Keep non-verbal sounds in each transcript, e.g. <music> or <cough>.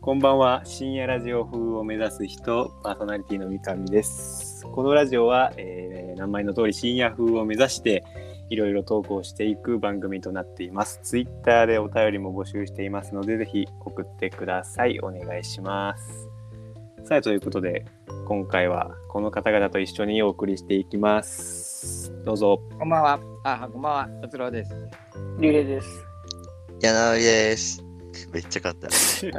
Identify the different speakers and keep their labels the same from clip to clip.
Speaker 1: こんばんは深夜ラジオ風を目指す人パーソナリティの三上ですこのラジオは、えー、名前の通り深夜風を目指していろいろ投稿していく番組となっていますツイッターでお便りも募集していますのでぜひ送ってくださいお願いしますさあということで今回はこの方々と一緒にお送りしていきますどう <laughs> ぞ
Speaker 2: こんばんは。あ、こんばんは。達郎です。
Speaker 3: リレです。
Speaker 4: 柳井です。めっちゃ勝っ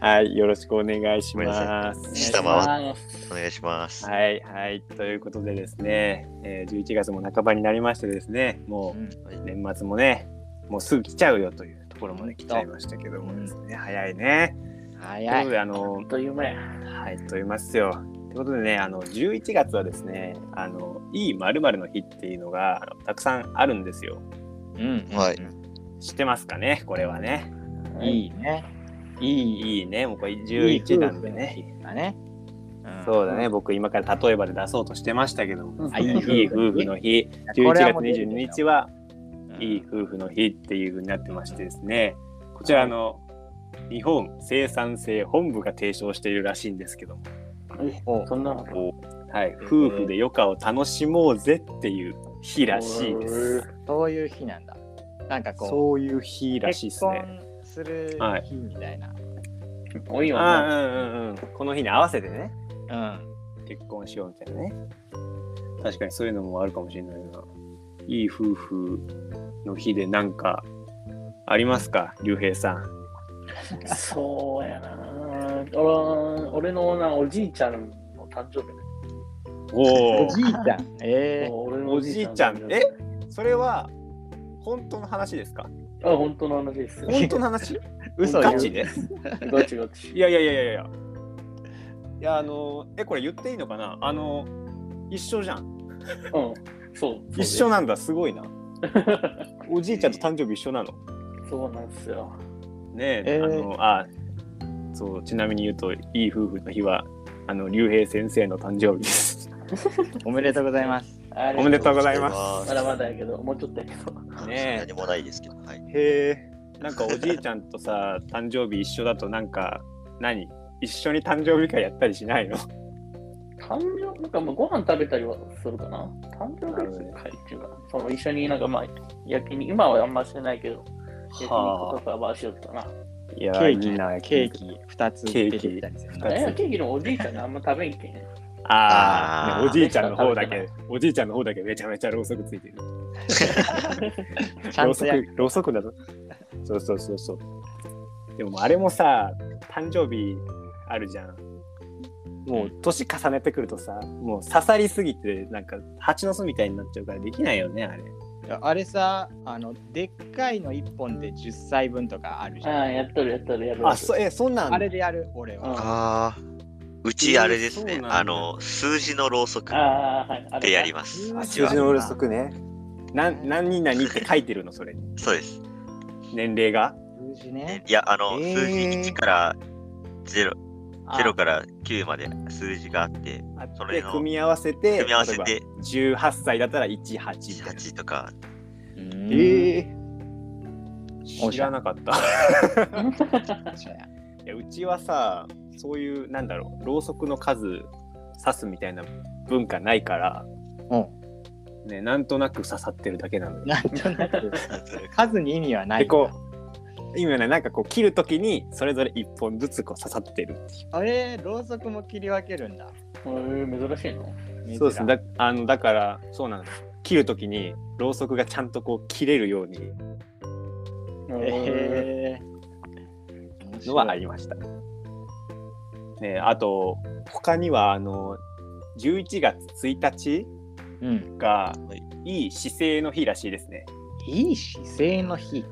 Speaker 4: た。
Speaker 1: はいよろしくお願いします
Speaker 4: 下回お願いします。
Speaker 1: はいはいということでですね、えー11月も半ばになりましてですねもう年末もねもうすぐ来ちゃうよというところまで来ちゃいましたけどもですね、早いね。という
Speaker 2: 早
Speaker 1: こ
Speaker 2: い
Speaker 1: と。であの
Speaker 3: あっという間や。
Speaker 1: はいと言いますよ。ということでねあの11月はですねあのいいまるの日っていうのがあのたくさんあるんですよ。
Speaker 2: うん
Speaker 4: はい
Speaker 1: 知ってますかねこれはね。
Speaker 2: いいね。
Speaker 1: いいいいねもうこれ11なんでね。
Speaker 2: だね。
Speaker 1: そうだね僕今から例えばで出そうとしてまだけども、
Speaker 3: うん
Speaker 2: あ
Speaker 1: い
Speaker 2: い
Speaker 1: い
Speaker 2: い
Speaker 1: 夫
Speaker 2: 夫
Speaker 1: 婦
Speaker 2: 婦
Speaker 1: の
Speaker 2: の
Speaker 1: 日11月22日はいい夫婦の日っていうふうになってましてですね、こちらあの日本生産性本部が提唱しているらしいんですけども、
Speaker 3: え
Speaker 2: お
Speaker 3: そんなの
Speaker 1: はい、夫婦で余暇を楽しもうぜっていう日らしいです。
Speaker 2: そういう日なんだ。なんかこ
Speaker 1: そういう日
Speaker 2: う、
Speaker 1: らしいで
Speaker 2: 結
Speaker 1: すね。
Speaker 2: 婚する
Speaker 1: はい
Speaker 2: 日みたいな。
Speaker 3: 多い
Speaker 1: あ
Speaker 3: わ。
Speaker 1: ーうんうんうん、この日に合わせてね
Speaker 2: うん。
Speaker 1: 結婚しようみたいなね確かにそういうのもあるかもしれないないい夫婦の日でなんかありますか竜兵さん
Speaker 3: そうやな。俺俺のなおじいちゃんの誕生日ね
Speaker 1: お
Speaker 2: お
Speaker 1: お <laughs>
Speaker 2: じいちゃん。ええ。
Speaker 3: 俺の
Speaker 1: おじいちゃん
Speaker 3: の誕生日
Speaker 1: えそれは本当の話ですか
Speaker 3: あ、本当の話です。
Speaker 1: 本当の <laughs> 話
Speaker 2: 嘘
Speaker 1: ガ
Speaker 2: 言
Speaker 1: チ
Speaker 2: う。
Speaker 1: で
Speaker 3: どっちどっち。
Speaker 1: いやいやいやいやいやいやあのえこれ言っていいのかなあの一緒じゃん
Speaker 3: うん。そう。
Speaker 1: 一緒なんだすごいなおじいちゃんと誕生日一緒なの
Speaker 3: <laughs> そうなんですよ。
Speaker 1: ねえ、
Speaker 2: えー
Speaker 1: あのあそうちなみに言うといい夫婦の日はあの竜兵先生の誕生日です <laughs>
Speaker 2: おめでとうございます。
Speaker 3: あれ
Speaker 1: おめでとうございます
Speaker 4: あり
Speaker 3: まだま
Speaker 4: がとうござ
Speaker 3: だ
Speaker 4: い
Speaker 3: やけど、もうちょっとやけど。
Speaker 4: ます
Speaker 1: ねえ
Speaker 4: 何もないですけど、はい。
Speaker 1: へえなんかおじいちゃんとさ誕生日一緒だとなんか何一緒に誕生日会やったりしないの
Speaker 3: 誕生日なんかまあご飯食べたりはするかな誕生
Speaker 1: なるほどね
Speaker 3: 日会っていうか、その一緒になんかまあ焼きに今はあんましてないけど、焼き肉とかはしよったな。
Speaker 1: <laughs> いや
Speaker 2: ケ
Speaker 1: ー
Speaker 2: ー
Speaker 1: いい
Speaker 2: キ
Speaker 1: な、
Speaker 2: ケーキ二つ出てきたりする
Speaker 1: ケー
Speaker 2: の。
Speaker 1: キ
Speaker 3: えケーキのおじいちゃんがあんま食べんけん。
Speaker 1: ああ、
Speaker 4: あー
Speaker 1: ねおじいちゃんの方だけ
Speaker 3: ね
Speaker 1: おじいちゃんの方だけめちゃめちゃろうそくついてる
Speaker 2: ちゃ
Speaker 1: ろ
Speaker 2: ん
Speaker 1: うそ
Speaker 2: とや
Speaker 1: くろうそくだとそうそうそうそうでもあれもさ誕生日あるじゃんもう年重ねてくるとさもう刺さりすぎてなんか蜂の巣みたいになっちゃうからできないよねあれ
Speaker 2: あれさ、あのでっかいの一本で十歳分とかあるじ
Speaker 3: あ
Speaker 2: ゃん。
Speaker 3: <laughs> あ、やっとるやっとるやる。
Speaker 1: あそえそんなん
Speaker 2: あれでやる俺は。
Speaker 4: ああ。うちあれです
Speaker 1: えー
Speaker 4: ね
Speaker 1: そう、なんだ
Speaker 4: あの、数字のろうそく
Speaker 3: あーはい。あれ
Speaker 4: でやります。
Speaker 2: あ
Speaker 4: うち
Speaker 1: 数
Speaker 4: は
Speaker 1: 字。のろうそくねなん何人何って書いてるのそれ
Speaker 4: そうです。
Speaker 1: 年齢が
Speaker 2: 数字ね。
Speaker 4: いや、あの、
Speaker 2: えー
Speaker 4: 数字1から0、
Speaker 2: あ
Speaker 4: 0から9まで数字があって、
Speaker 1: あっ
Speaker 4: そ
Speaker 1: て
Speaker 4: れの
Speaker 1: 組み合わせて
Speaker 4: 組み合わせて
Speaker 1: 例えば18歳だったら18みたいな
Speaker 4: 8とか、
Speaker 2: うん
Speaker 1: ええ
Speaker 2: お
Speaker 1: 知
Speaker 2: しゃれ
Speaker 1: らなかった
Speaker 3: <laughs>
Speaker 2: そうや
Speaker 1: いやうちはさそういうなんだろうろうそくの数刺すみたいな文化ないから、ね、なんとなく刺さってるだけなのよ。
Speaker 2: なんとなく数に意味はな
Speaker 1: で
Speaker 2: い
Speaker 1: こう今ねなんかこう切るときにそれぞれ1本ずつこう刺さってるってい
Speaker 2: あれろうそくも切り分けるんだ
Speaker 3: うん珍しいの
Speaker 1: うそうですねだあのだからそうなの切るときにろうそくがちゃんとこう切れるように
Speaker 3: え
Speaker 2: へえ
Speaker 1: のはありました。ね、あと他にはあの11月1日
Speaker 2: うん
Speaker 1: が
Speaker 4: はい
Speaker 1: いい姿勢の日らしいですね。
Speaker 2: いい姿勢の日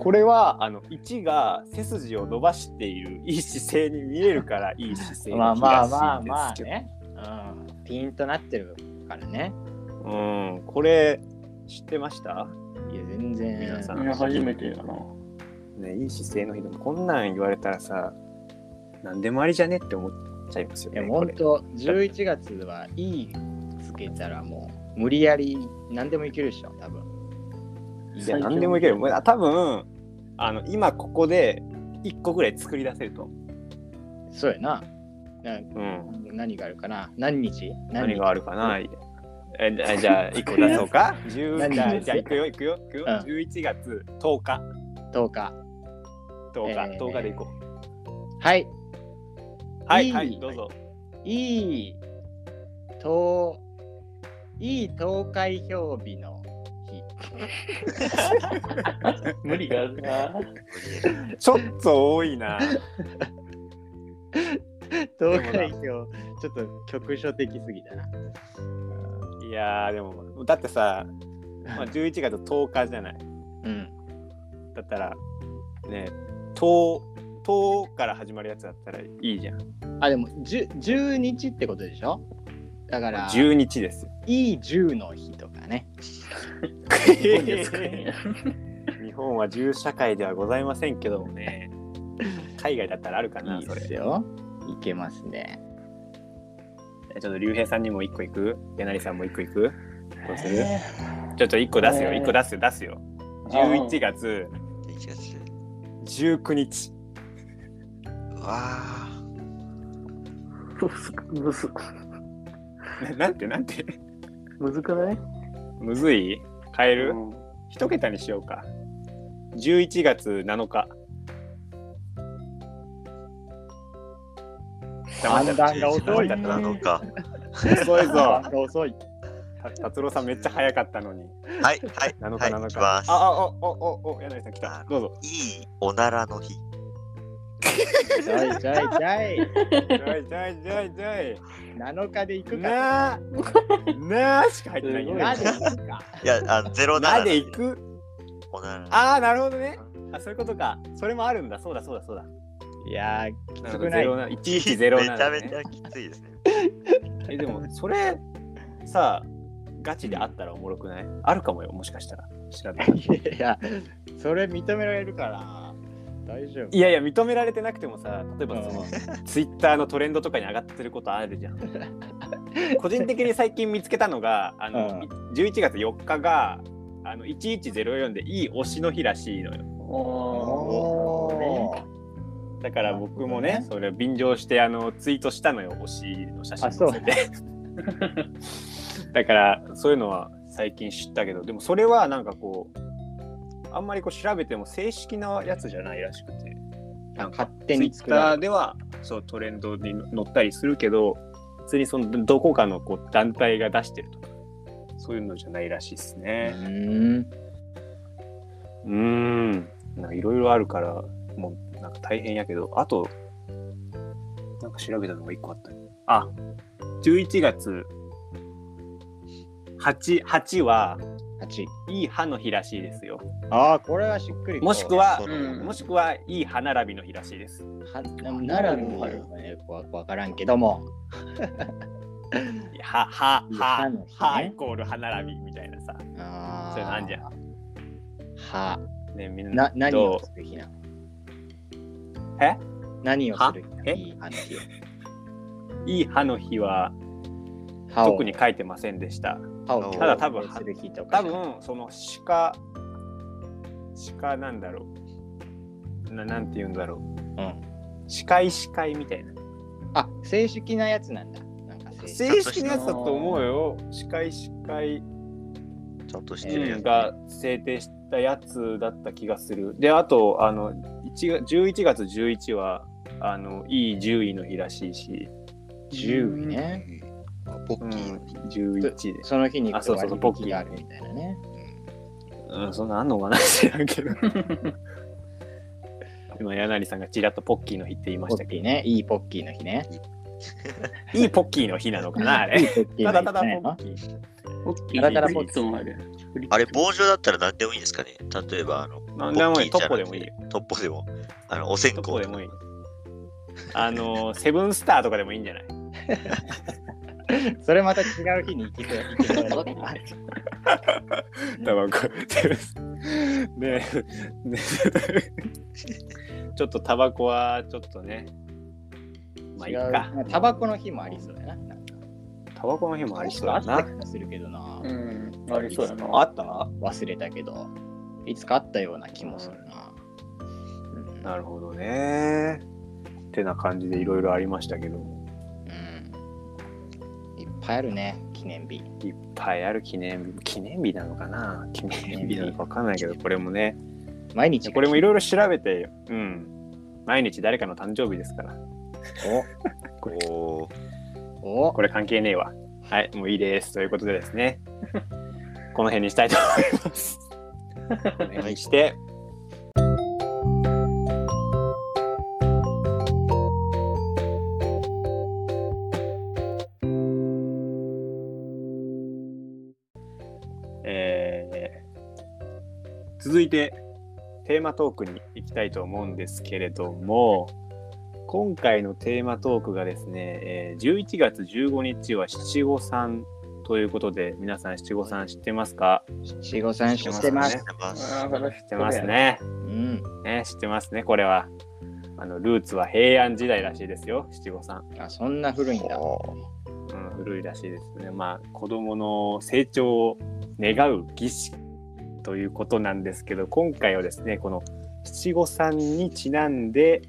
Speaker 1: これはあの1が背筋を伸ばしているいい姿勢に見えるからいい姿勢
Speaker 2: まあ
Speaker 1: の日
Speaker 2: ま
Speaker 1: ら
Speaker 2: あ
Speaker 1: し
Speaker 2: ま
Speaker 1: い
Speaker 2: あ
Speaker 1: んで
Speaker 2: まあ
Speaker 1: すけど
Speaker 2: ね、うん、ピンとなってるからね
Speaker 1: うんこれ知ってました、
Speaker 2: いや全然
Speaker 1: 皆さん
Speaker 3: みんな初めてやな。
Speaker 1: ね、いい姿勢の日でもこんなん言われたらさ何でもありじゃねって思っちゃいますよ
Speaker 2: いや
Speaker 1: ね。こ
Speaker 2: もうほん
Speaker 1: れ
Speaker 2: と11月はいいつけたらもう無理やり何でもいけるでしょ多分
Speaker 1: いや何でもいける。もうあ多分あの今ここで1個ぐらい作り出せると。
Speaker 2: そうやな。な
Speaker 1: うん。
Speaker 2: 何があるかな何日
Speaker 1: 何
Speaker 2: 日
Speaker 1: があるかなえあじゃあ、1個出そうか。10
Speaker 2: 何
Speaker 1: じゃあ、じゃあ、いくよ、いくよ、いくよ。
Speaker 2: うん
Speaker 1: 11月10日、
Speaker 2: ?10 日。
Speaker 1: 10
Speaker 2: え
Speaker 1: 日、
Speaker 2: ー
Speaker 1: 10日でいこう。
Speaker 2: はい。
Speaker 1: はい、
Speaker 2: いい
Speaker 1: はい、どうぞ。
Speaker 2: いい、と、いい投開票日の日。
Speaker 3: 無理があるな。 <laughs>
Speaker 4: 無理やり
Speaker 1: ちょっと <laughs> 多いな。
Speaker 2: 投開票、ちょっと局所的すぎたな。
Speaker 1: いやー、でも、だってさ、まあ、11月10日じゃない。
Speaker 2: うん。
Speaker 1: だったら、ね、10、10から始まるやつだったらいいじゃん。
Speaker 2: あ、でも、10 10日ってことでしょだから、い
Speaker 1: 10日ですよ。
Speaker 2: い10の日とかね。
Speaker 3: いいんですかね
Speaker 1: 日本は銃社会ではございませんけどもね海外だったらあるかない
Speaker 2: い
Speaker 1: それ
Speaker 2: です
Speaker 1: ちょ
Speaker 2: よ。いけますね。
Speaker 1: っと竜兵さんにも一個いく柳さんも一個いくどうする
Speaker 3: え
Speaker 1: ちょっと一個出すよ
Speaker 3: えー
Speaker 1: 一個出すよ出すよ11月
Speaker 4: いい気がする。
Speaker 1: 19日 <laughs>
Speaker 4: うわ
Speaker 3: ーむずむず
Speaker 1: ななんてなんて <laughs>
Speaker 3: むずくない
Speaker 1: むずい変える、
Speaker 3: うん
Speaker 1: 一桁にしようか11月7日黙っちゃっ
Speaker 2: 判
Speaker 1: た
Speaker 2: 断が遅い。
Speaker 1: だった
Speaker 4: なのか。
Speaker 1: 遅い
Speaker 2: 判断
Speaker 1: ぞ
Speaker 2: が <laughs> 遅い。
Speaker 1: た達郎さんめっちゃ早かったのに
Speaker 4: はい、はい、
Speaker 1: 7
Speaker 4: は
Speaker 1: 日
Speaker 4: い、
Speaker 1: 7
Speaker 4: 行き
Speaker 1: 日、
Speaker 4: ます。
Speaker 1: ああおおおお柳さん来たどうぞ <laughs>
Speaker 4: いいおならの日。
Speaker 1: ちょいちょいちょい
Speaker 2: ちょいちょいちょい。
Speaker 1: ちょ
Speaker 2: 7日で行
Speaker 1: い。
Speaker 2: くか。
Speaker 1: なあ。なあしか入ってないけど。
Speaker 2: なで行くか。
Speaker 4: いや、あの、ゼロ
Speaker 1: な
Speaker 4: 七
Speaker 1: で行く。
Speaker 4: おなら。
Speaker 1: ああ、なるほどね。あ、そういうことか。それもあるんだ。そうだ、そうだ、そうだ。
Speaker 2: いやー、き
Speaker 1: な
Speaker 2: つ
Speaker 1: る
Speaker 2: くない。
Speaker 1: ほど。一一ゼロ
Speaker 4: <laughs> めちゃめち
Speaker 1: ね。
Speaker 4: ゃきついですね。
Speaker 1: <laughs> え、でも、 <laughs> それ。さあ。ガチであったらおもろくない。あるかもよ。もしかしたら。調べたら。
Speaker 2: いや、それ認められるから、大丈夫。
Speaker 1: いやいや、認められてなくてもさ、例えばその
Speaker 2: うん。
Speaker 1: ツイッターのトレンドとかに上がってることある <laughs> じゃん。個人的に最近見つけたのが、あの、
Speaker 2: う
Speaker 1: 11月4日が。あの1104でいい推しの日らしいのよ。
Speaker 3: おー。
Speaker 1: だから僕もね
Speaker 2: ね、
Speaker 1: それを便乗してあのツイートしたのよ、推しの写真
Speaker 2: あそう
Speaker 1: を載せて。 <laughs> だからそういうのは最近知ったけど、でもそれはなんかこう、あんまりこう調べても正式なやつじゃないらしくて、
Speaker 2: あ勝
Speaker 1: ツ
Speaker 2: 手
Speaker 1: イ
Speaker 2: に
Speaker 1: ッ
Speaker 2: 作ら
Speaker 1: タ
Speaker 2: れ
Speaker 1: ーではそうトレンドに載ったりするけど、別にそのどこかのこう団体が出してるとか、そういうのじゃないらしいです
Speaker 2: た。う
Speaker 1: ね。
Speaker 2: ーん。
Speaker 1: うーん、なんかいろいろあるから、もうなんか大変やけど、あと、なんか調べたのが一個あった。あ、11月8、8は、
Speaker 2: 八。
Speaker 1: いい歯の日らしいですよ。
Speaker 2: ああ、これはしっくりこう。
Speaker 1: もしくは
Speaker 4: そ、の
Speaker 3: うん
Speaker 1: もしくは、いい歯並びの日らしいです。
Speaker 2: は、奈良のあるかね、よくわわからんけども。
Speaker 1: 歯、歯、
Speaker 2: 歯
Speaker 1: 歯
Speaker 2: の日ね、
Speaker 1: 歯イコール歯並びみたいなさ。
Speaker 2: ああ。
Speaker 1: そういうのあんじゃん。
Speaker 2: は、
Speaker 1: ね、みんな
Speaker 2: な、、何
Speaker 1: ど
Speaker 2: を
Speaker 1: う
Speaker 2: する日なの
Speaker 1: え
Speaker 2: 何をする日なの
Speaker 1: え
Speaker 2: いい話を
Speaker 1: いい歯の日は、
Speaker 2: 歯を
Speaker 1: <laughs> 特に書いてませんでした。
Speaker 2: 歯を
Speaker 4: ただ
Speaker 1: 多分
Speaker 2: 矯正する日とか
Speaker 1: 多分その鹿鹿なんだろうななんて言うんだろう、
Speaker 2: うん、
Speaker 1: 歯科医師会みたいな
Speaker 2: あ正式なやつなんだなんか正
Speaker 1: 正
Speaker 2: 式
Speaker 1: 式なやつだと思うよ歯科医師会
Speaker 4: ちゃんとしてるや
Speaker 2: え
Speaker 4: つ。
Speaker 1: が制定したやつだった気がするであとあの1月11月11はあのいい10位の日らしいし、
Speaker 2: 10位ね
Speaker 4: あポ
Speaker 1: う
Speaker 4: ッ
Speaker 1: ん
Speaker 4: キー、、
Speaker 1: 11で、
Speaker 2: その日に行
Speaker 1: あ
Speaker 2: く
Speaker 1: そ
Speaker 2: と
Speaker 1: うそうそう
Speaker 2: 割引があるみたいなね
Speaker 1: うん、そんなあんのかな知らん <laughs> けど今柳さんがちらっとポッキーの日って言いま
Speaker 2: ポ
Speaker 1: した
Speaker 2: ッ
Speaker 1: け
Speaker 2: キーねいいポッキーの日ね
Speaker 1: どいいポッキーの日なのかなあれ
Speaker 2: いいポッキー
Speaker 1: た
Speaker 2: の
Speaker 1: だ
Speaker 2: 日
Speaker 1: ただ
Speaker 2: じゃない
Speaker 1: ポ
Speaker 2: の
Speaker 1: ッキー。
Speaker 3: ポッキー
Speaker 2: ただただ
Speaker 3: で
Speaker 2: ポッキー
Speaker 3: いつもある。
Speaker 4: あれ、棒状だったら何でもいいんですかね例えば、あの、
Speaker 1: なんでもいい、
Speaker 4: ポ
Speaker 1: ト
Speaker 4: ッ
Speaker 1: ッ
Speaker 4: キーじゃなくて
Speaker 1: ポでもいいよ。
Speaker 4: トッポでも、あの、お線
Speaker 1: ト
Speaker 4: 香
Speaker 1: ッポで
Speaker 4: とか
Speaker 1: もいい。あのー、セブンスターとかでもいいんじゃ
Speaker 2: <laughs>
Speaker 1: ない
Speaker 2: それまた違う日に行きそう行きそうだね
Speaker 1: タバコ。セブンスねねちょっとタバコはちょっとね。まあいい
Speaker 2: 違う
Speaker 1: か。
Speaker 2: タバコの日もありそうやななんか
Speaker 1: タバコの日もありそうだ
Speaker 2: あっ
Speaker 1: な
Speaker 2: た。気がするけどな
Speaker 3: うん、ありそうやな。
Speaker 1: あった
Speaker 2: 忘れたけどいつかあったような気もするな、うん
Speaker 1: なるほどね。ってな感じでいろいろありましたけど
Speaker 2: うん。いっぱいあるね、記念日。
Speaker 1: いっぱいある記念日記念日なのかな記念日なのかわかんないけどこれもね
Speaker 2: 毎日。
Speaker 1: これもいろいろ調べてうん毎日誰かの誕生日ですから
Speaker 4: おー
Speaker 2: おお
Speaker 1: これ関係ねえわはいもういいですということでですね <laughs> この辺にしたいと思います。この辺にして、えー続いてテーマトークに行きたいと思うんですけれども今回のテーマトークがですね、えー11月15日は七五三ということで皆さん七五三知ってますか
Speaker 2: 七五三知ってます。
Speaker 4: 知ってます。
Speaker 3: ああ、話し
Speaker 1: 知ってます。ね。
Speaker 2: うん。
Speaker 1: ね知ってますねこれはあのルーツは平安時代らしいですよ七五三、
Speaker 2: あ、そんな古いんだ。
Speaker 4: お
Speaker 1: うん、古いらしいですねまあ子供の成長を願う儀式ということなんですけど今回はですねこの七五三にちなんで、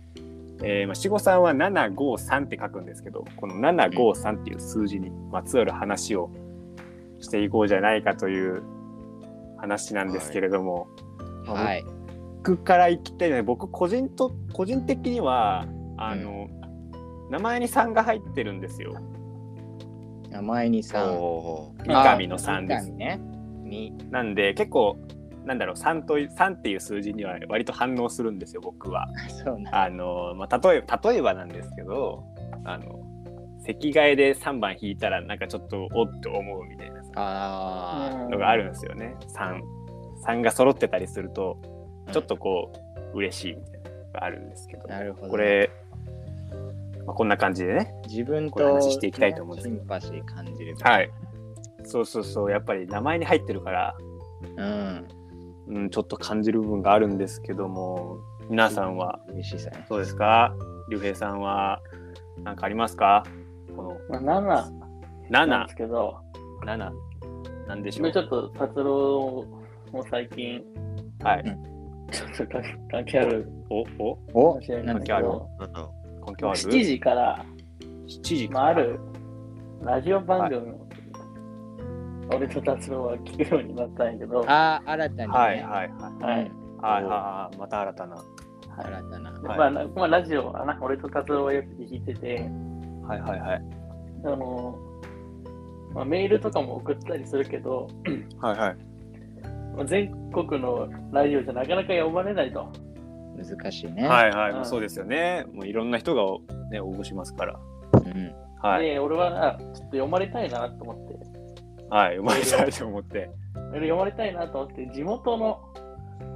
Speaker 1: えーまあ、七五三は753って書くんですけどこの753っていう数字にまつわる話をしていこうじゃないかという話なんですけれども、まあ
Speaker 2: はい。
Speaker 1: 僕から行きたいのは僕個人と個人的にはあの、名前に3が入ってるんですよ
Speaker 2: 名前に
Speaker 4: ー
Speaker 2: さ。
Speaker 4: おー。
Speaker 1: 三上の3で
Speaker 2: あ三
Speaker 1: す
Speaker 2: 上ね。み。
Speaker 1: なんで結構なんだろう3とい3っていう数字には割と反応するんですよ僕は
Speaker 2: あそうな。
Speaker 1: あの、まあ、例え例えばなんですけどあの席替えで3番引いたらなんかちょっとおっと思うみたいな
Speaker 2: あ
Speaker 1: のがあるんですよね3 3が揃ってたりすると
Speaker 2: あ。
Speaker 1: ちょっとこう嬉しいみたいなのがあるんですけど
Speaker 2: なるほど。
Speaker 1: こ。れ、まあ、こんな感じでね
Speaker 2: 自分
Speaker 1: これ
Speaker 2: と。
Speaker 1: 話していきたいと思うんです
Speaker 2: シ
Speaker 1: けど
Speaker 2: ンパシー感じる。
Speaker 1: はい。そうそうそう、やっぱり名前に入ってるから、
Speaker 2: うん。
Speaker 1: うん、ちょっと感じる部分があるんですけども、皆さんは
Speaker 2: 嬉しいさね。
Speaker 1: どうですか竜兵さんは何かありますかこの
Speaker 3: まあ、7なん
Speaker 1: 7
Speaker 3: で、すけど、
Speaker 1: 7、なんでし
Speaker 3: ち
Speaker 1: ょ
Speaker 3: ょ
Speaker 1: う
Speaker 3: っ。と達郎も最近、
Speaker 1: はい。
Speaker 3: ちょっと関関係ある
Speaker 1: お、お、
Speaker 2: お
Speaker 3: 話なん
Speaker 2: な
Speaker 3: だ
Speaker 2: ん
Speaker 1: 関
Speaker 3: け
Speaker 1: 係ある
Speaker 3: ど、
Speaker 4: なんだろ
Speaker 1: 根拠ある
Speaker 3: 7。時から、
Speaker 1: 7時
Speaker 3: まあ、あるラジオ番組を、俺と達郎は聞くようになったんやけど、は
Speaker 2: あー、新たにね。
Speaker 1: はいはいはい。
Speaker 2: はいい。。
Speaker 1: はいはい。また新たな。
Speaker 2: 新たな。
Speaker 1: はい
Speaker 3: まあ、なまあ、ラジオはな、俺と達郎はよく聞いてて、
Speaker 1: はいはいはい。
Speaker 3: あの、まあ、メールとかも送ったりするけど、
Speaker 1: はいはい。
Speaker 3: まあ全国のラジオじゃなかなか読まれないと。
Speaker 2: 難しいね。。
Speaker 1: はいいはい。
Speaker 3: うん
Speaker 1: もうそうですよね。もういろんな人がね、応募しますから。
Speaker 2: うん。
Speaker 1: はい。
Speaker 3: で、俺はちょっと読まれたいなと思って、
Speaker 1: はい。生まれたいと思って。
Speaker 3: 俺読まれたいなと思って、地元の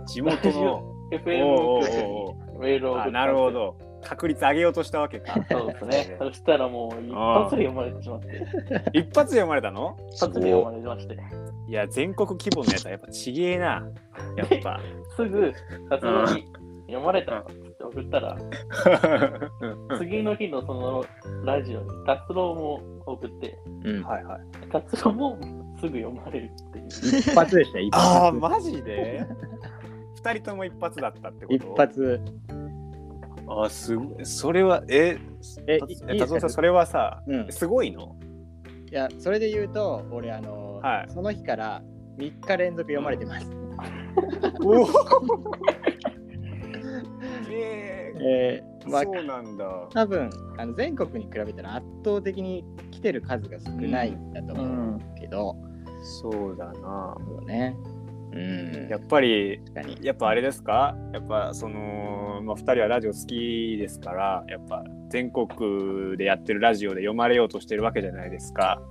Speaker 1: 地元の。
Speaker 3: FM 局
Speaker 1: おうおう
Speaker 3: にメールを送ったんです
Speaker 1: あな
Speaker 3: よ
Speaker 1: るほ。ど。確率上げようとしたわけか。
Speaker 3: そうです
Speaker 1: <laughs>
Speaker 3: ね。そしたらもう一発で読まれてしまって、
Speaker 1: 一発で読まれたの
Speaker 4: う。
Speaker 3: 一
Speaker 4: す
Speaker 3: 発で読まれてまして、
Speaker 1: いや、全国規模のやつはやっぱちげえな。やっ
Speaker 2: <laughs>
Speaker 1: ぱ。
Speaker 3: すぐ達郎に読まれたって送ったら、次の日のそのラジオに達郎も送って、
Speaker 2: うん。
Speaker 1: はいはい。
Speaker 3: 達郎もすぐ読まれるっていう。
Speaker 2: 一発でした。一発。
Speaker 1: ああ、マジで二人とも一発だったってこと
Speaker 2: 一。発。
Speaker 1: あーすごい。それは、え、
Speaker 2: え
Speaker 1: た
Speaker 2: いいい
Speaker 1: え達
Speaker 2: ですか
Speaker 1: 夫さん、それはさ、
Speaker 2: うん。
Speaker 1: すごいの
Speaker 2: いや、それで言うと、俺、あの、
Speaker 1: はい
Speaker 2: その日から3日連続読まれてます。
Speaker 1: おお <laughs> ええ
Speaker 2: えー、まあ、
Speaker 1: そうなんだ。
Speaker 2: 多分あの全国に比べたら圧倒的に来てる数が少ないんだと思うけど、
Speaker 1: そうだな。
Speaker 2: そうね。うん、
Speaker 1: やっぱり
Speaker 2: 確かに。
Speaker 1: やっぱあれですかやっぱその、まあ、2人はラジオ好きですからやっぱ全国でやってるラジオで読まれようとしてるわけじゃないですか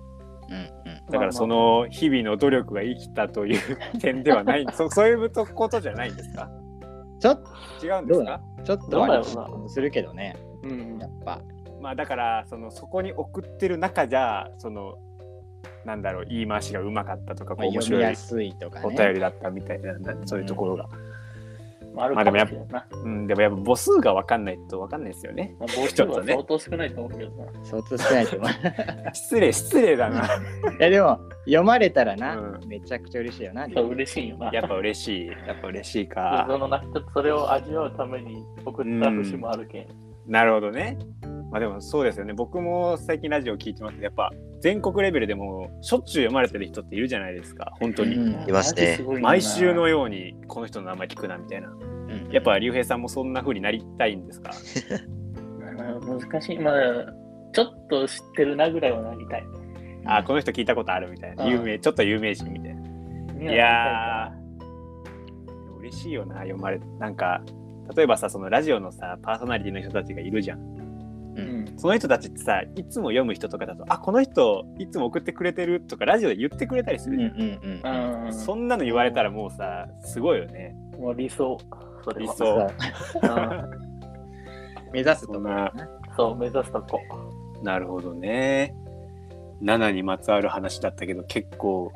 Speaker 2: うんうん、
Speaker 1: だからその日々の努力が生きたという点では
Speaker 2: <laughs>
Speaker 1: ないそそういうことじゃないんですか
Speaker 2: ちょ
Speaker 1: 違うんで
Speaker 2: ど
Speaker 1: す
Speaker 2: うな
Speaker 1: か
Speaker 2: ちょっと
Speaker 3: どうだ
Speaker 2: は
Speaker 3: ろうな
Speaker 2: するけどね、
Speaker 3: うん
Speaker 2: やっぱ。
Speaker 1: まあだからそのそこに送ってる中じゃそのなんだろう言い回しがうまかったとか
Speaker 2: まあ、
Speaker 1: こう面
Speaker 2: 読み
Speaker 1: 白い
Speaker 2: やすいとか
Speaker 1: お
Speaker 2: ね。
Speaker 1: 便りだったみたいな、そういうところが、
Speaker 3: まあ、あるかもしれんな。
Speaker 1: うん、でもやっぱ母数が分かんないと分かんないですよね。
Speaker 3: まあ、帽子は相当少ないと思うけどな。
Speaker 2: 相当少ないと思う。
Speaker 1: 失礼、失礼だな。
Speaker 2: いやでも読まれたらな、
Speaker 1: う
Speaker 2: めちゃくちゃ嬉しいよな。
Speaker 3: そう嬉しいよな。
Speaker 1: やっぱ嬉しい。やっぱ嬉しい
Speaker 3: そ
Speaker 1: か。
Speaker 3: のなちょっとそれを味わうために送った節もあるけん。
Speaker 1: なるほどね。まあでもそうですよね。僕も最近ラジオ聞いてますけど、やっぱ全国レベルでもしょっちゅう読まれてる人っているじゃないですか。本当に。
Speaker 2: うん
Speaker 4: いますね
Speaker 3: マジすごいよな
Speaker 1: 毎週のようにこの人の名前聞くなみたいな。
Speaker 2: うん
Speaker 1: やっぱ竜兵さんもそんな風になりたいんですか。
Speaker 3: 難しい。まあ、ちょっと知ってるなぐらいはなりたい。
Speaker 1: あー、この人聞いたことあるみたいな。
Speaker 3: うん
Speaker 1: 有名、ちょっと有名人みたいな。
Speaker 3: い
Speaker 1: いやー嬉しいよな読まれなんか例えばさそのラジオのさパーソナリティの人たちがいるじゃん
Speaker 3: う
Speaker 2: うん
Speaker 3: ん。
Speaker 1: その人たちってさいつも読む人とかだと「あこの人いつも送ってくれてる」とかラジオで言ってくれたりす
Speaker 2: うん
Speaker 1: る
Speaker 2: う
Speaker 1: じゃん、
Speaker 2: んうん。
Speaker 3: うん
Speaker 1: そんなの言われたらもうさすごいよね
Speaker 3: もう理想。それは
Speaker 1: 理想そう
Speaker 3: うん
Speaker 2: 目指すところだな。
Speaker 3: そう、目指すとこ。
Speaker 1: <laughs> なるほどね7にまつわる話だったけど結構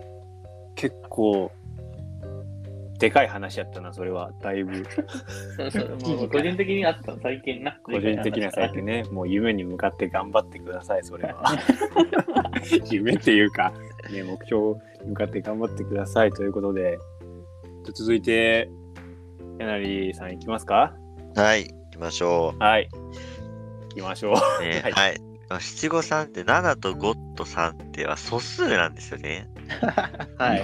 Speaker 1: 結構でかい話やったなそれはだいぶ
Speaker 3: そうそうもう個人的にあったの最近な。
Speaker 1: 個人的な最近 <laughs> ね、もう夢に向かって頑張ってください、それは。 <laughs> 夢っていうか、ね、目標に向かって頑張ってくださいということで、じゃあ続いて、えなりさんいきますか
Speaker 4: はい、行きましょ
Speaker 1: はい。行きましょう。
Speaker 4: う。ね、
Speaker 1: は
Speaker 4: はいい。七五三って7と5と3っては素数なんですよね。
Speaker 1: <laughs>
Speaker 2: はい。
Speaker 3: い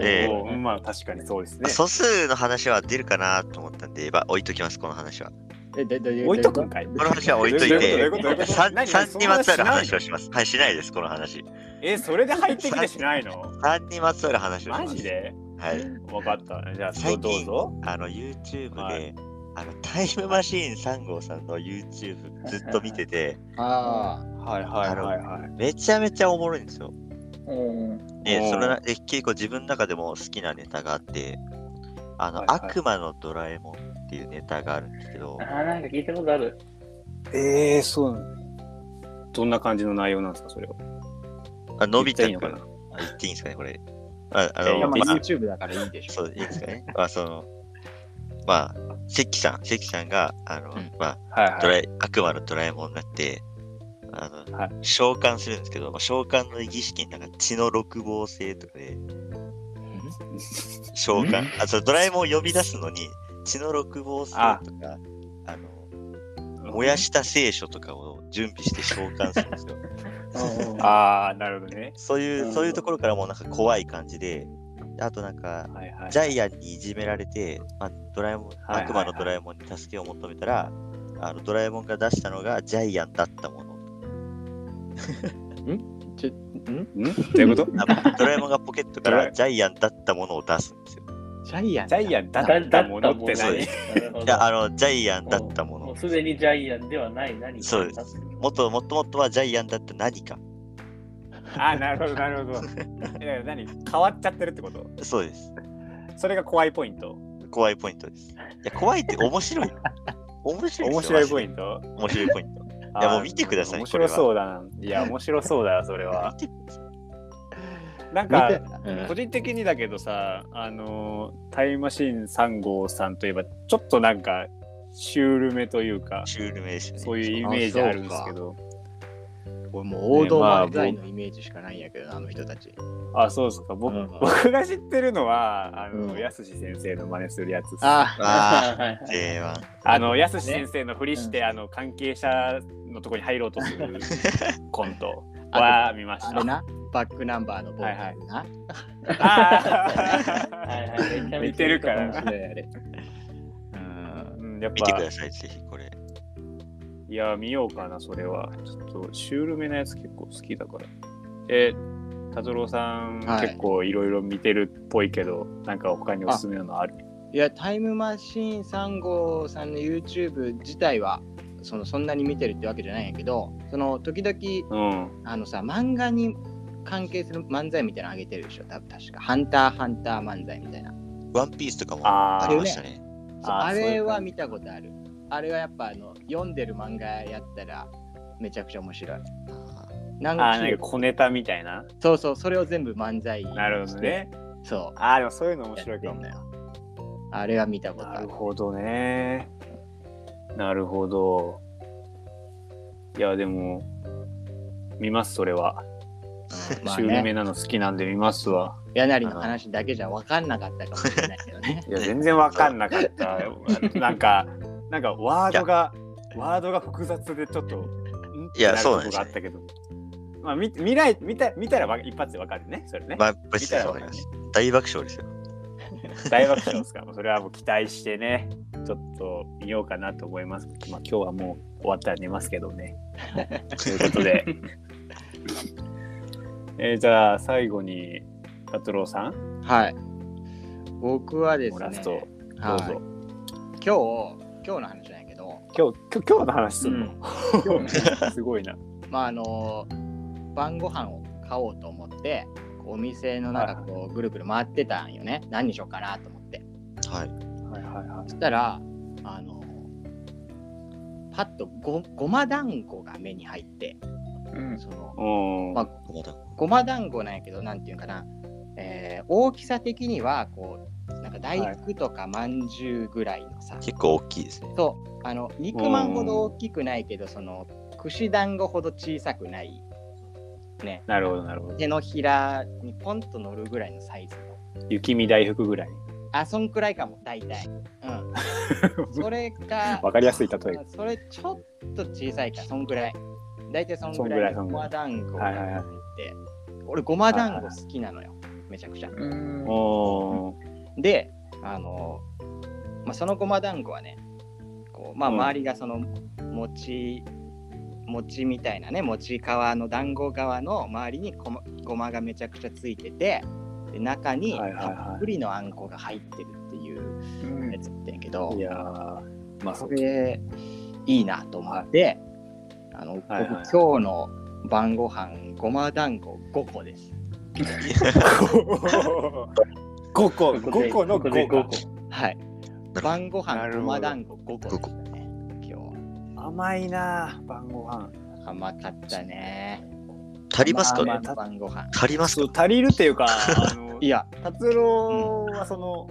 Speaker 4: <laughs> ええ
Speaker 1: おーまあ確かにそうですね。
Speaker 4: 素数の話は出るかなと思ったんで、まあ置いときます、この話は。
Speaker 2: えどどうう
Speaker 1: 置いとくんかい。
Speaker 4: この話は置いとい
Speaker 1: どういう
Speaker 4: て、
Speaker 1: ことどういうことどういうこと何
Speaker 4: 3にまつわ
Speaker 1: そ
Speaker 4: る話
Speaker 1: んな話しないの
Speaker 4: をします。はい、しないです、この話。
Speaker 1: え、それで入ってきてしない
Speaker 4: <laughs>
Speaker 1: の
Speaker 4: 3にまつわる話をしま
Speaker 1: マ
Speaker 4: す。
Speaker 1: ジで
Speaker 4: はい。
Speaker 1: わかった。じゃあ、ど
Speaker 4: 最
Speaker 1: うどう
Speaker 4: 近
Speaker 1: ぞ。
Speaker 4: あの YouTube で、
Speaker 1: はい
Speaker 4: あのタイムマシーン3号さんの YouTube ずっと見てて、
Speaker 2: あ
Speaker 1: はいはいはいはい。
Speaker 4: めちゃめちゃおもろいんですよ。
Speaker 3: <laughs> うん。
Speaker 1: お
Speaker 4: で、
Speaker 1: ー
Speaker 4: それなで結構自分の中でも好きなネタがあって、あの、
Speaker 1: はいはい
Speaker 4: 悪魔のドラえもんっていうネタがあるんですけど
Speaker 3: あ、ーなんか聞いたことある。
Speaker 1: ええそうなのどんな感じの内容なんですか、それは。
Speaker 4: あのび太く
Speaker 1: 言
Speaker 4: ん、
Speaker 1: っていい
Speaker 4: 言
Speaker 1: のか
Speaker 4: っていいんですかね、これ。ああ
Speaker 1: い
Speaker 2: あ。
Speaker 1: や
Speaker 4: の、
Speaker 2: まあ
Speaker 4: まあ、
Speaker 2: YouTube だからいいでしょ。
Speaker 4: そう、いいんですかね。まあ、その、まあ、関さん、関さんが、あの、
Speaker 2: うん
Speaker 4: まあ、
Speaker 1: なはいはい。
Speaker 4: ドラえ悪魔のドラえもんになって、あの、
Speaker 1: はい
Speaker 4: 召喚するんですけど、まあ召喚の儀式になんか血の六芒星とかで、召喚、あ、そのドラえもんを呼び出すのに、血の六芒星とか、あの、燃やした聖書とかを準備して召喚するんですよ。
Speaker 1: ああ、なるほどね。
Speaker 4: そうい
Speaker 3: なるほ
Speaker 4: う、
Speaker 3: ど
Speaker 4: そういうところからもなんか怖い感じで、あとなんか、
Speaker 1: はいはい。
Speaker 4: ジ
Speaker 1: ゃ
Speaker 4: ャイアンにいじめられて、まあ、ドラえもん、
Speaker 1: はいはい
Speaker 4: 悪魔のドラえもんに助けを求めたら、あのドラえもんが出したのがジャイアンだったもの。
Speaker 2: ちょん
Speaker 1: んどういうこと <laughs>
Speaker 4: あドラえもんがポケットか
Speaker 1: ドラえ
Speaker 4: らジャイアンだったものを出すんですよ。
Speaker 2: ジャイアン
Speaker 1: ジ
Speaker 2: だ。
Speaker 1: ャイアンだ
Speaker 3: だだ
Speaker 1: っ
Speaker 3: ったた
Speaker 1: も
Speaker 3: も
Speaker 1: の
Speaker 3: の
Speaker 1: って
Speaker 4: そうで
Speaker 1: 何
Speaker 3: なるほ
Speaker 4: す
Speaker 3: ど
Speaker 4: いや、あの、ジャイアンだったも
Speaker 3: も
Speaker 4: の
Speaker 3: う。すでにジャイアンではない何か
Speaker 4: そうですもともともとはジャイアンだった何か。
Speaker 1: ああ、なるほど、なるほど。えだから何変わっちゃってるってこと
Speaker 4: そうです。
Speaker 1: それが怖いポイント。
Speaker 4: 怖いポイントです。いや、怖いって面
Speaker 1: <laughs>
Speaker 4: 白い。面白い。
Speaker 1: 面白いポイ
Speaker 4: ン
Speaker 1: ント
Speaker 4: ト。面白いポイント。
Speaker 1: い
Speaker 4: やもう見てください
Speaker 1: 面白そうだな。いや、面白そうだよ、それは。
Speaker 4: 見てください
Speaker 1: なん
Speaker 2: 見
Speaker 1: か
Speaker 2: て、うん
Speaker 1: 個人的にだけどさ、あのー、タイムマシーン3号さんといえば、ちょっとなんか、シュールめというか、
Speaker 4: シュール名ですよね。
Speaker 1: そういうイメージあるんですけど。
Speaker 2: 俺もう王道漫才のイメージしかないんやけどな、あの人たち。
Speaker 1: あ、そうですか。僕
Speaker 2: うん
Speaker 1: 僕が知ってるのは、あの、
Speaker 2: うん
Speaker 1: やすし先生の真似するやつっす。
Speaker 2: あ
Speaker 4: あ
Speaker 3: はいはい
Speaker 4: あ、J1。
Speaker 1: <laughs> あの、やすし先生のふりして、あの、関係者のとこに入ろうとするコントは見まし
Speaker 2: <laughs> あ、あ
Speaker 1: た。
Speaker 2: れな。バックナンバーのボーカルな。
Speaker 1: あ
Speaker 3: はいはい
Speaker 1: ー似てるから
Speaker 2: 面
Speaker 1: な。
Speaker 2: 白いあれ。 <laughs>
Speaker 1: うん、やっ
Speaker 4: 見てく
Speaker 1: ぱ
Speaker 4: だ、さい、ぜひこれ。
Speaker 1: いや、見ようかな、それは。ちょっと、シュールめなやつ結構好きだから。え、達郎さん、
Speaker 2: はい
Speaker 1: 結構いろいろ見てるっぽいけど、なんか他におすすめなのある
Speaker 2: いや、タイムマシーン3号さんの YouTube 自体はそのそんなに見てるってわけじゃないんやけど、その時々
Speaker 1: うん。
Speaker 2: あのさ漫画に関係する漫才みたいなの上げてるでしょ、た確か。ハンターハンター漫才みたいな。
Speaker 4: ワンピースとかも
Speaker 1: あ
Speaker 4: あ
Speaker 1: ー
Speaker 4: りましたね。
Speaker 2: そう
Speaker 1: あー
Speaker 2: あ
Speaker 1: そういう感じ
Speaker 2: れは見たことある。あれはやっぱあの読んでる漫画やったらめちゃくちゃ面白い。な
Speaker 1: あー、
Speaker 2: ん
Speaker 1: な
Speaker 2: か
Speaker 1: んか小ネタみたいな。
Speaker 2: そうそう、それを全部漫才にして
Speaker 1: なるほど。ね。
Speaker 2: そ
Speaker 1: あー、でもそういうの
Speaker 2: う。
Speaker 1: 面白いかも。
Speaker 2: やってんのよあれは見たこと
Speaker 1: な
Speaker 2: あ
Speaker 1: る
Speaker 2: る。
Speaker 1: ほどね。なるほど。いや、でも、見ます、それは。
Speaker 2: うんまあ
Speaker 1: 週目
Speaker 2: ね、
Speaker 1: なの好きなんで見ますわ。
Speaker 2: 柳の話だけじゃ分かんなかったかもしれないけど
Speaker 1: <laughs>
Speaker 2: ね。
Speaker 1: いや、全然わかんなかった。 <laughs> なんか、なんかワードが、ワードが複雑でちょっと、ん
Speaker 4: いや
Speaker 1: ってる
Speaker 4: そうなん
Speaker 1: とこ
Speaker 4: です
Speaker 1: が
Speaker 4: よ
Speaker 1: あったけど。まあ、見見ない見た見たらわ一発でわかるね、それね。
Speaker 4: まあ、ぶっちゃけそうなんです。大爆笑ですよ。
Speaker 1: 大爆笑ですから、もうそれはもう期待してね、ちょっと見ようかなと思います。まあ、今日はもう終わったら寝ますけどね。ということで、えーじゃあ最後に、達郎さん、
Speaker 2: はい。僕はで
Speaker 1: も
Speaker 2: す
Speaker 1: う
Speaker 2: ね、
Speaker 1: ラスト、ど
Speaker 2: は
Speaker 1: う
Speaker 2: い
Speaker 1: ぞ。
Speaker 2: 今日、今日の話じゃないけど、
Speaker 1: 今日、今日今日の話するの、すごいな。
Speaker 2: まああの晩ご飯を買おうと思ってこうお店の中
Speaker 1: はい
Speaker 2: こうぐるぐる回ってたんよね何にしようかなと思って
Speaker 4: はい。
Speaker 1: はいはいは
Speaker 2: そしたらあのパッとごごま団子が目に入って
Speaker 3: うん。
Speaker 2: その
Speaker 1: い。うん。
Speaker 2: まあ
Speaker 4: まだ。
Speaker 2: ごま団子なんやけどなんていうんかな、えー大きさ的にはこうなんか大福とかまんじゅうぐらいのさ、
Speaker 4: 結構大きいですね。
Speaker 2: そうあの肉まんほど大きくないけどその串団子ほど小さくないね
Speaker 1: なるほどなるほど。
Speaker 2: 手のひらにポンと乗るぐらいのサイズの
Speaker 1: 雪見大福ぐらい。
Speaker 2: あそんくらいかも大体うん
Speaker 1: <laughs>
Speaker 2: それか
Speaker 1: わかりやすい例え。
Speaker 2: それちょっと小さいかそんくらい大体そん
Speaker 1: そん
Speaker 2: く
Speaker 1: ぐら
Speaker 2: ら
Speaker 1: い
Speaker 2: い
Speaker 1: そんぐ
Speaker 2: ご
Speaker 1: らい
Speaker 2: ま団子
Speaker 1: はいはいはい
Speaker 2: って俺ごま団子好きなのよめちゃくちゃ
Speaker 3: うん
Speaker 1: おー
Speaker 2: であの、まあ、そのごま団子はねこうまあ
Speaker 1: うん
Speaker 2: 周りがその餅、餅みたいなね餅皮の団子側の周りにごまごまがめちゃくちゃついててで中
Speaker 1: は
Speaker 2: に
Speaker 1: いはいはい
Speaker 2: たっぷりのあんこが入ってるっていう
Speaker 3: うん
Speaker 2: やつやってんけど、
Speaker 1: いやー、まあそ。
Speaker 2: そうれいいなと思って、あの、
Speaker 1: はいはいはい
Speaker 2: 僕今日の晩ご飯ごま団子5個です。
Speaker 1: <laughs> 5個、5個の
Speaker 3: ここで
Speaker 1: 5個。
Speaker 2: はい
Speaker 4: なるほど。
Speaker 2: 晩ご
Speaker 1: なるほ
Speaker 2: 飯
Speaker 1: ど
Speaker 2: ごま団子5個ですね。今日は
Speaker 1: 甘いなあ晩ご飯
Speaker 2: 甘かったね。
Speaker 4: 足りますか
Speaker 1: まあ
Speaker 4: ね
Speaker 1: まあ
Speaker 2: 晩ご飯。
Speaker 4: 足ります
Speaker 1: そ
Speaker 4: か
Speaker 1: う足りるって
Speaker 2: <laughs>
Speaker 1: いうかあの
Speaker 2: いや、
Speaker 1: 達郎はその、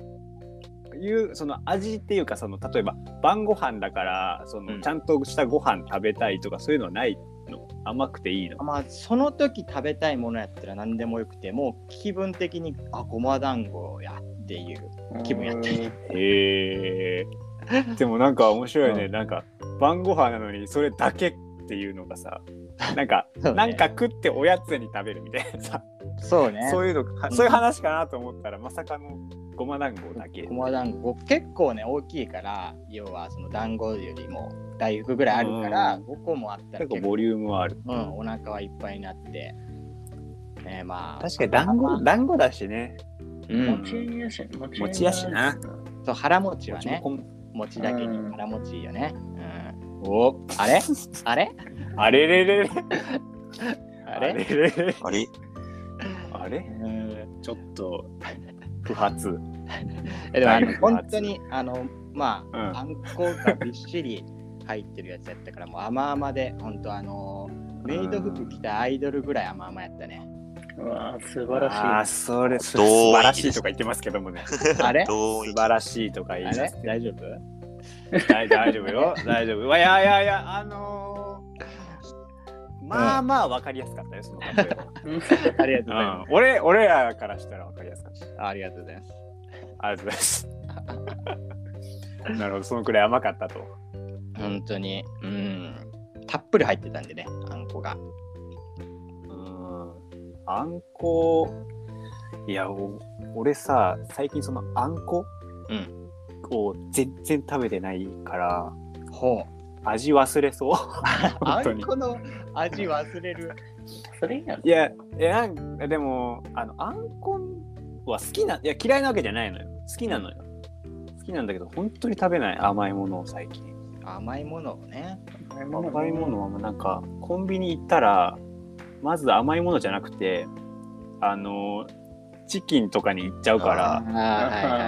Speaker 1: いうその味っていうかその例えば晩ご飯だからその、
Speaker 2: うん
Speaker 1: ちゃんとしたご飯食べたいとかそういうのはないの甘くていいの
Speaker 2: まあ、その時食べたいものやったら何でもよくて、もう気分的に、あ、ごま団子やっていう。気分やってる
Speaker 1: へえでもなんか面白いね、
Speaker 2: う
Speaker 1: なんか晩ご飯なのにそれだけっていうのがさなんか、
Speaker 2: <laughs> そうね
Speaker 1: なんか食っておやつに食べるみたいなさ、
Speaker 2: そうね。
Speaker 1: そういうのか
Speaker 2: うん
Speaker 1: そういう話かなと思ったらまさかのごま団子だけ
Speaker 2: ごま団子結構ね大きいから要はその団子よりも大福ぐらいあるから
Speaker 1: うん
Speaker 2: 5個もあったら
Speaker 1: 結構
Speaker 2: 結
Speaker 1: ボ
Speaker 2: 構、
Speaker 1: リュームはある
Speaker 2: うん、お腹はいっぱいになって、ね、まあ
Speaker 1: 確かに団
Speaker 2: ま
Speaker 1: 子
Speaker 2: あ
Speaker 1: 団子だしね
Speaker 2: うん、
Speaker 3: 餅やし、
Speaker 1: 餅やしな。
Speaker 2: そう腹持ちはね
Speaker 1: こっちも
Speaker 2: 餅だけに
Speaker 3: うん
Speaker 2: 腹持ちいいよね、うん、
Speaker 1: こんお
Speaker 2: あ
Speaker 1: <laughs>
Speaker 2: れあれ
Speaker 1: あれれれれ
Speaker 2: あれ
Speaker 1: れれ
Speaker 4: あれ
Speaker 1: あれ
Speaker 2: うん
Speaker 1: ちょっと不発
Speaker 2: えでも
Speaker 1: だ
Speaker 2: あ
Speaker 1: い
Speaker 2: の
Speaker 1: ぶ
Speaker 2: 本当にあのまあ、
Speaker 1: うん
Speaker 2: あんこがびっしり入ってるやつやったからもう甘々で本当あのメイド服着たアイドルぐらい甘々やったね
Speaker 1: <laughs>
Speaker 3: うわー素晴
Speaker 1: あ
Speaker 3: ら
Speaker 1: あそれ素
Speaker 4: 同意
Speaker 1: 晴らしいとか言ってますけどもね
Speaker 2: あれ
Speaker 4: 同意
Speaker 1: 素晴らしいとか言い
Speaker 2: あ
Speaker 1: ます
Speaker 2: れ大丈夫
Speaker 1: 大大丈夫よ大丈夫いやいやいやあのーまあまあわかりやすかったよその例え
Speaker 3: しい。う
Speaker 2: <laughs>
Speaker 3: ん
Speaker 2: ありがとうござい
Speaker 1: ば
Speaker 2: ま
Speaker 1: うん俺俺らからしたらわかりやすかった
Speaker 2: す。ありがとうございます。
Speaker 1: ありがとうございます <laughs> なるほどそのくらい甘かったと
Speaker 2: 本当に、うん、たっぷり入ってたんでね、あんこが。
Speaker 1: うんあんこいやお俺さ最近そのあんこ、
Speaker 2: うん
Speaker 1: を全然食べてないから
Speaker 2: ほ
Speaker 1: 味忘れ
Speaker 2: <laughs>
Speaker 1: そう
Speaker 2: う。あ
Speaker 1: 本当
Speaker 2: ん
Speaker 1: に
Speaker 2: この味忘れる。
Speaker 3: <laughs> それいいやん
Speaker 1: いやいやなんでもあのあんこは好きないや嫌いなわけじゃないのよ好きなのよ好きなんだけど本当に食べない甘いものを最近
Speaker 2: 甘いものをね。
Speaker 1: 甘いものはもうなんかコンビニ行ったらまず甘いものじゃなくてあのチキンとかに行っちゃうから
Speaker 2: あはいはい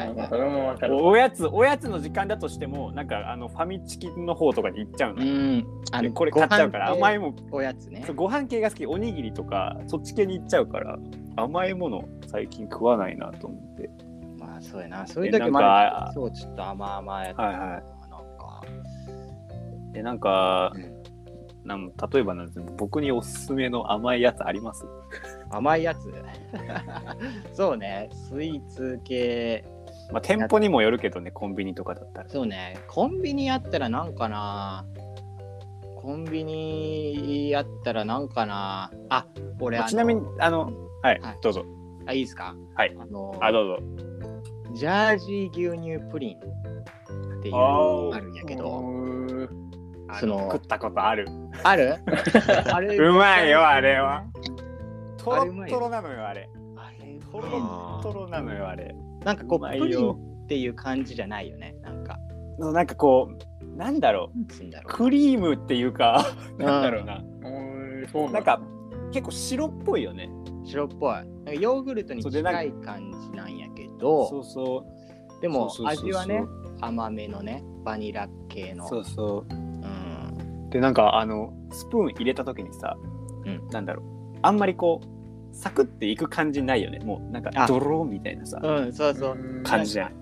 Speaker 3: あー
Speaker 2: はい
Speaker 3: そ。れもわかる。
Speaker 1: おおやつおやつの時間だとしてもなんかあのファミチキの方とかに行っちゃう
Speaker 2: <laughs> う
Speaker 1: の,、
Speaker 2: ん、あ
Speaker 1: で
Speaker 2: の
Speaker 1: これ買っちゃうから甘いも
Speaker 2: も
Speaker 1: ん
Speaker 2: おやつね
Speaker 1: そう。ご飯系が好きおにぎりとかそっち系に行っちゃうから甘いもの最近食わないなと思って
Speaker 2: まあ、あそうやな。そういう
Speaker 1: え
Speaker 2: 時
Speaker 1: なん
Speaker 2: ま
Speaker 1: か
Speaker 2: だそうちょっと甘々やったな。
Speaker 1: はいはい
Speaker 2: なんか。
Speaker 1: えなんかなん例えばなんですけど僕におすすめの甘いやつあります
Speaker 2: 甘いやつ <laughs> そうねスイーツ系
Speaker 1: まあ店舗にもよるけどねコンビニとかだったら
Speaker 2: そうねコンビニやったらなんかなコンビニやったらなんかなあ俺
Speaker 1: まあ
Speaker 2: あの
Speaker 1: ちなみにあのはい、
Speaker 2: はい
Speaker 1: どうぞ
Speaker 2: あいいですか
Speaker 1: はい
Speaker 2: あの
Speaker 1: あどうぞ
Speaker 2: ジャージー牛乳プリンっていう
Speaker 1: あ
Speaker 2: の
Speaker 1: ー
Speaker 2: あるんやけ
Speaker 1: う
Speaker 2: ど
Speaker 1: ーあ
Speaker 2: その
Speaker 1: 食ったことある
Speaker 2: あ
Speaker 1: <laughs>
Speaker 2: るあれ
Speaker 1: うまいよあれはトロ
Speaker 2: あれうま
Speaker 1: ッ
Speaker 2: い
Speaker 1: ト
Speaker 2: よ
Speaker 1: ロなのよあれ
Speaker 2: あれ
Speaker 1: トロッ
Speaker 4: あ
Speaker 1: トロなのよあれ
Speaker 2: なんかこ
Speaker 1: う
Speaker 2: う
Speaker 1: まい
Speaker 2: プリン
Speaker 1: よ
Speaker 2: っていう感じじゃないよねなんか
Speaker 1: なんかこうなんだろう
Speaker 2: なんつうんだろ
Speaker 1: クリームっていうか <laughs> なんだろうな
Speaker 3: うんそう
Speaker 1: なん
Speaker 3: だ
Speaker 1: か結構白っぽいよね
Speaker 2: う白っぽいなんかヨーグルトに
Speaker 1: そうでなんか
Speaker 2: 近い感じなんやけ
Speaker 1: そ
Speaker 2: ど
Speaker 1: うそう
Speaker 2: でも
Speaker 1: そうそうそうそう
Speaker 2: 味はね甘めのねバニラ系の
Speaker 1: そうそう
Speaker 2: うん
Speaker 1: でなんかあのスプーン入れた時にさ、
Speaker 2: うん
Speaker 1: なんだろうあんまりこうサクっていく感じないよねもうなんか
Speaker 2: あ
Speaker 1: ドローみたいなさ
Speaker 2: うん、そうそう
Speaker 1: 感じじゃない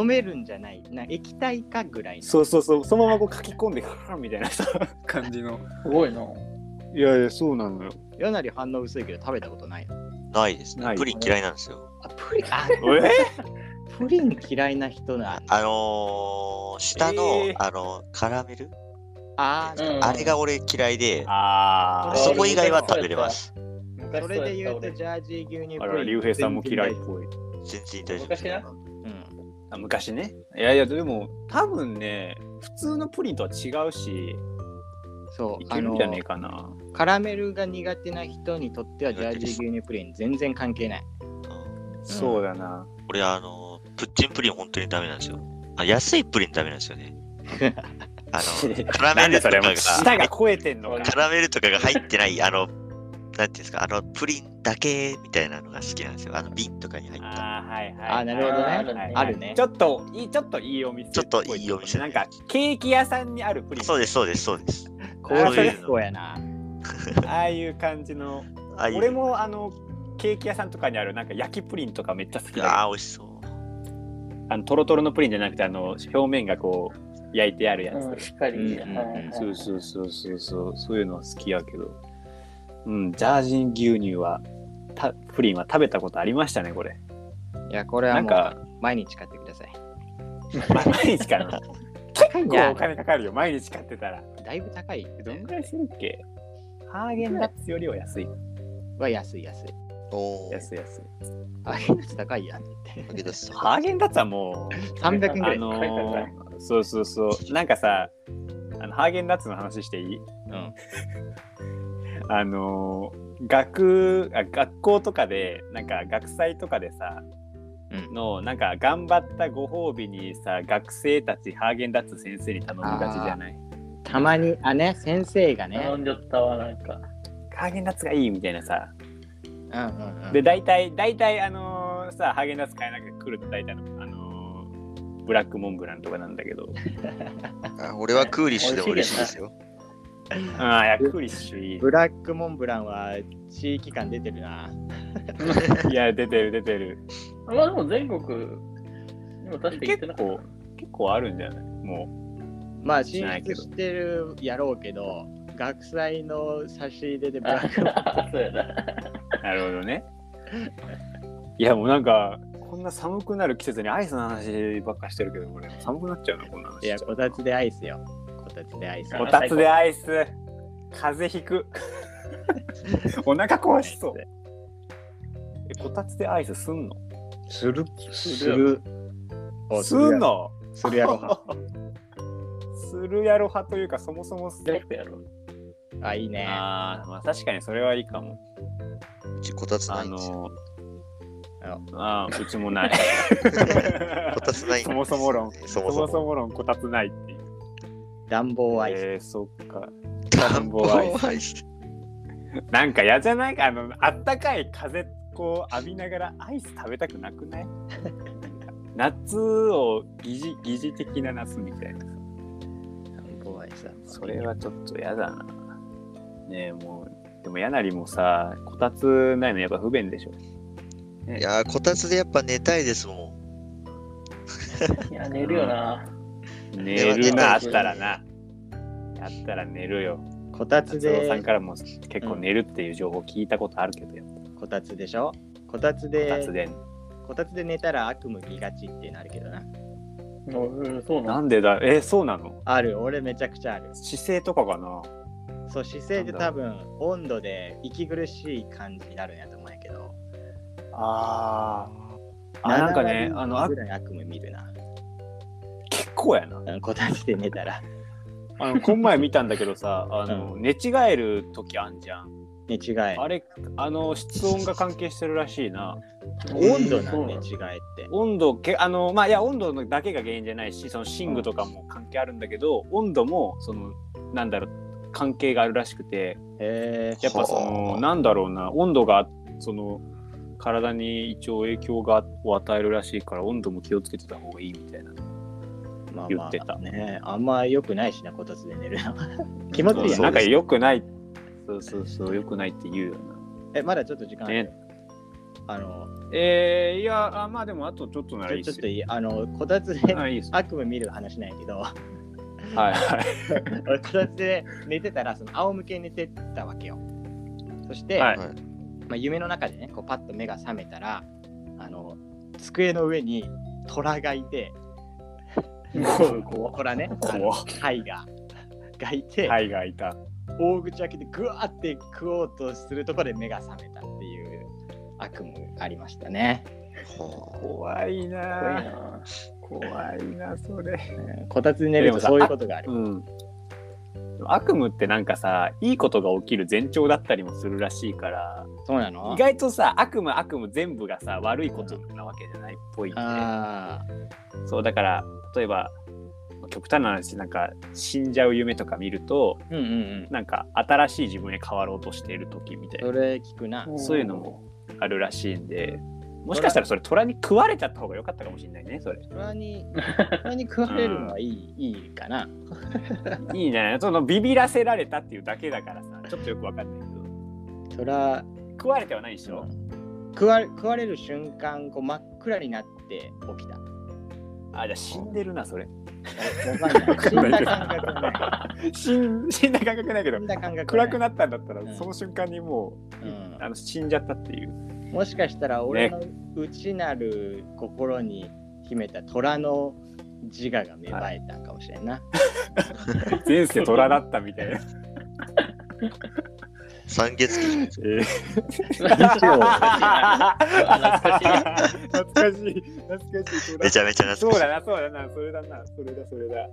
Speaker 2: 飲めるんじゃないな液体かぐらいの
Speaker 1: そうそうそうそのままこう書き込んでハーみたいなさ <laughs> 感じの
Speaker 3: すごいな。
Speaker 1: いやいやそうなのよ
Speaker 2: よなり反応薄いけど食べたことない
Speaker 4: ないです
Speaker 1: な
Speaker 4: ね。
Speaker 1: い
Speaker 4: プリン嫌いなんですよ。
Speaker 2: あプリンあ
Speaker 1: え
Speaker 2: プリン嫌いな人なんだ
Speaker 4: あのー、下の、
Speaker 1: えー
Speaker 4: あの、カラメル、
Speaker 2: あー、
Speaker 3: うん
Speaker 4: あれが俺嫌いで、
Speaker 1: あ
Speaker 2: ー
Speaker 4: そこ以外は食べれます。
Speaker 2: それで言うとジャージー牛乳プ
Speaker 1: あ
Speaker 2: リ
Speaker 1: ら
Speaker 2: ン
Speaker 1: 竜兵さんも嫌いっ
Speaker 2: 全然
Speaker 1: ぽい
Speaker 4: 全然大丈夫で
Speaker 3: 昔
Speaker 4: す。
Speaker 3: な
Speaker 2: うん
Speaker 1: あ昔ねいやいやでも多分ね普通のプリンとは違うし
Speaker 2: そう
Speaker 1: い
Speaker 2: あ
Speaker 1: けるん
Speaker 2: の
Speaker 1: じゃねえかな
Speaker 2: カラメルが苦手な人にとってはジャージー牛乳プリン全然関係ない
Speaker 4: うん
Speaker 1: そうだな
Speaker 4: 俺、あのー、プッチンプリン本当にダメなんですよ。あ安いプリンダメなんですよね。あ
Speaker 1: <laughs>
Speaker 4: の、カラメルとかが、
Speaker 1: 舌が超えてんのか
Speaker 4: カラメルとかが入ってない、あの、なんていうんですか、あの、プリンだけみたいなのが好きなんですよ。あの、瓶とかに入った。
Speaker 1: あーはいはい
Speaker 2: あなるほどね
Speaker 1: はい
Speaker 3: はい
Speaker 2: あるね
Speaker 1: ちょっといいちょっといいお店
Speaker 4: ちょっといいお店
Speaker 1: なんかケーキ屋さんにあるプリン
Speaker 4: そうですす、そうです、そうです。
Speaker 2: こう
Speaker 1: あそれ
Speaker 2: いう子やな
Speaker 1: ああいう感じの
Speaker 4: ああいう
Speaker 1: 俺もあのケーキ屋さんとかにあるなんか焼きプリンとかめっちゃ好きだ
Speaker 4: ああ、美味しそう。
Speaker 1: あのトロトロのプリンじゃなくてあの表面がこう焼いてあるやつ、
Speaker 3: うん、しっかり。
Speaker 2: うん
Speaker 3: はいはい
Speaker 1: そうそうそうそうそうそういうのは好きやけどうんジャージー牛乳はたプリンは食べたことありましたねこれ
Speaker 2: いやこれは
Speaker 1: なん
Speaker 2: も
Speaker 1: か
Speaker 2: う毎日買ってください
Speaker 1: ま毎日か <laughs> な
Speaker 2: 高い
Speaker 1: 結構お金かかるよ毎日買ってたら
Speaker 2: だいぶ高い
Speaker 1: どんぐらいするっけハーゲンダッツよりは安い
Speaker 2: は安い安い
Speaker 4: おお。
Speaker 1: 安い安い
Speaker 2: あ <laughs> れの高いやんって
Speaker 4: だけどさ
Speaker 1: ハーゲンダッツはもう
Speaker 2: 300円ぐら
Speaker 1: あ
Speaker 2: い、
Speaker 1: の
Speaker 3: はいはいは
Speaker 1: ー、そうそうそうなんかさあのハーゲンダッツの話していい
Speaker 2: うん、
Speaker 1: <laughs> あのー学あ学校とかでなんか学祭とかでさ、
Speaker 2: うん
Speaker 1: のなんか頑張ったご褒美にさ学生たちハーゲンダッツ先生に頼みがちじゃない
Speaker 2: たまにあね先生がね
Speaker 3: 頼んじゃったわ、なんか。
Speaker 1: ハーゲンダッツがいいみたいなさ
Speaker 2: うんうんうん
Speaker 1: で大体大体あのーさハーゲンダッツ買えなくて来ると大体のあのーブラックモンブランとかなんだけど
Speaker 2: <laughs>
Speaker 4: あ俺はクーリッシュでも嬉しいですよ。
Speaker 1: ああやクリッシュいい
Speaker 2: ブラックモンブランは地域感出てるない
Speaker 1: や出てる出てる
Speaker 3: まあでも全国、でも確か言って
Speaker 1: 結
Speaker 3: なかっ
Speaker 1: 構結構あるんじゃないも
Speaker 2: まあ
Speaker 1: し
Speaker 2: 進
Speaker 1: ないけ
Speaker 2: 出
Speaker 1: ど
Speaker 2: してるやろうけど学祭の差し入
Speaker 1: <laughs>
Speaker 2: れでブラック
Speaker 3: た。そうやな。
Speaker 1: うなるほどね <laughs> いやもうなんかこんな寒くなる季節にアイスの話ばっかしてるけどこれ寒くなっちゃうなこんな話
Speaker 2: いやこたつでアイスよこたつでアイス
Speaker 1: こたつでアイス風邪ひくお腹壊しそうえこたつでアイスすんの
Speaker 2: するす
Speaker 3: る
Speaker 2: お
Speaker 1: すんの
Speaker 2: するやろな
Speaker 1: するやろ派というかそもそもす
Speaker 3: 全国やろ。
Speaker 1: <laughs>
Speaker 2: あいいね
Speaker 1: あー、まあ、確かにそれはいいかも
Speaker 4: うちこたつな
Speaker 1: あ
Speaker 4: いんですよ。
Speaker 1: の
Speaker 2: あ
Speaker 1: あーうちもない
Speaker 4: <laughs> こたつないんですよ
Speaker 1: そもそも論
Speaker 4: そ
Speaker 1: <laughs> そ
Speaker 4: も
Speaker 1: も
Speaker 4: そ
Speaker 1: そ
Speaker 4: も。
Speaker 1: も論こたつないっていう。
Speaker 2: 暖房アイス
Speaker 1: えー、そっか。
Speaker 4: 暖
Speaker 1: 暖房
Speaker 4: 房ア
Speaker 1: <laughs>
Speaker 4: イス。
Speaker 1: なんか嫌じゃないかあの、あったかい風こう浴びながらアイス食べたくなく <laughs> ない夏を疑似疑似的な夏みたいな。
Speaker 2: 暖房アイスだ
Speaker 1: それはちょっと嫌だな。ねえ、もう、でも柳もさ、こたつないのやっぱ不便でしょ。
Speaker 4: いやー、こたつでやっぱ寝たいですもん。
Speaker 3: いや、寝るよな。
Speaker 1: 寝るな、あったらな。あったら寝るよ。
Speaker 2: こたつ
Speaker 1: 達郎さん
Speaker 2: で
Speaker 1: からも結構寝るっていう情報聞いたことあるけどよ。
Speaker 2: こたつでしょこたつで
Speaker 1: こたつで。
Speaker 2: こたつで寝たら悪夢見がちってなるけどな
Speaker 3: うん、そうな
Speaker 1: なんんでだえ、そうなの
Speaker 2: ある俺めちゃくちゃある
Speaker 1: 姿勢とかかな
Speaker 2: そう姿勢で多分温度で息苦しい感じになるんやと思うんやけど
Speaker 1: あーあ。なんかね、あの、あ
Speaker 2: ぐらい悪夢見るな
Speaker 1: 結構やな。
Speaker 2: うんこたつで寝たら
Speaker 1: あの、こん前見たんだけどさ、 <laughs> あの、寝違える時あんじゃん。
Speaker 2: 寝違え <laughs>
Speaker 1: あれ、あの、室温が関係してるらしいな。
Speaker 2: 温度な
Speaker 3: そ
Speaker 2: ん
Speaker 3: う
Speaker 2: 寝違
Speaker 3: な
Speaker 2: えっ
Speaker 3: の
Speaker 2: て
Speaker 1: 温度けあのまあいや温度だけが原因じゃないしその寝具とかも関係あるんだけど、温度もそのなんだろう関係があるらしくて
Speaker 2: へえ
Speaker 1: やっぱそ
Speaker 4: は
Speaker 1: の
Speaker 4: あ
Speaker 1: なんだろうな温度がその体に一応影響がを与えるらしいから温度も気をつけてた方がいいみたいな
Speaker 2: まあ
Speaker 1: 言
Speaker 2: ま
Speaker 1: ってた
Speaker 2: あねあんま良くないしなこたつで寝る
Speaker 1: <laughs>
Speaker 2: の気持ちいい
Speaker 1: い
Speaker 2: や
Speaker 1: や
Speaker 2: ん
Speaker 1: なんか良くないそうそうそう良くないって言うよ
Speaker 2: えまだちょっと時間
Speaker 1: な
Speaker 2: ある、
Speaker 1: ね
Speaker 2: あの
Speaker 1: えー、いやあまあでもあとちょっとな
Speaker 2: ち
Speaker 1: らい
Speaker 2: ょ
Speaker 1: い
Speaker 2: ち
Speaker 1: で
Speaker 2: ょっ
Speaker 1: す
Speaker 2: と
Speaker 1: よ
Speaker 2: いい
Speaker 1: <laughs>
Speaker 2: あのこたつで
Speaker 1: あいいですは
Speaker 2: 悪夢見る話なんやけど
Speaker 1: い
Speaker 2: <laughs>
Speaker 1: は
Speaker 2: 俺こたつで寝てたらその仰向けに寝てたわけよそし
Speaker 1: い
Speaker 2: て、
Speaker 1: はい
Speaker 2: まあ、夢の中でねこうパッと目が覚めたらあの机の上に虎がいて虎ねあの
Speaker 1: 怖
Speaker 2: タイガーがいて、
Speaker 1: はいがいた
Speaker 2: 大口開けてグワーって食おうとするところで目が覚めたっていう悪夢がありましたね
Speaker 4: ほ
Speaker 1: 怖い
Speaker 3: 怖
Speaker 1: ない
Speaker 3: な。
Speaker 1: 怖いなそれ
Speaker 2: うんこたつで寝る
Speaker 1: で
Speaker 2: と
Speaker 1: もさ
Speaker 2: そういうことがある
Speaker 1: うん、悪夢ってなんかさいいことが起きる前兆だったりもするらしいから
Speaker 2: そうなの
Speaker 1: 意外とさ悪夢悪夢全部がさ悪いことなわけじゃないっぽいんで
Speaker 2: あ
Speaker 1: そうだから例えば極端な話なんか死んじゃう夢とか見ると
Speaker 2: ーうんうんうん
Speaker 1: なんか新しい自分へ変わろうとしている時みたい
Speaker 2: そ
Speaker 1: な
Speaker 2: れ聞くな
Speaker 1: そういうのもあるらしいんでもしかしたらそれ虎に食われちゃった方が良かったかもしれないねそれ
Speaker 2: 虎 <laughs> に虎に食われるのはいい,、いいかない
Speaker 1: いんじゃないそのビビらせられたっていうだけだからさちょっとよくわかんないけど
Speaker 2: 虎
Speaker 1: 食われてはないでしょ、
Speaker 2: 食わ食われる瞬間こう真っ暗になって起きた。
Speaker 1: あ、じゃあ死んでるな、それ。
Speaker 2: わかんない死んだ感覚ない。
Speaker 1: 死ん死んだ感覚ないけど
Speaker 2: 死ん、だ感覚ない。
Speaker 1: 暗くなったんだったら、
Speaker 2: うん
Speaker 1: その瞬間にもう、
Speaker 2: うん
Speaker 1: あの死んじゃったっていう。
Speaker 2: もしかしたら俺の内なる心に秘めた虎の自我が芽生えたんかもしれんな。
Speaker 1: 前世虎だったみたい <laughs> な。
Speaker 4: う三月期じ
Speaker 1: <laughs>
Speaker 4: ゃないです
Speaker 1: えー <laughs>
Speaker 3: 懐かしいな
Speaker 1: 懐かしい。懐かしい。
Speaker 4: か。めちゃめちゃ
Speaker 1: そう
Speaker 4: 懐かし
Speaker 1: だな、そうだな、それだな、それだ、それだ。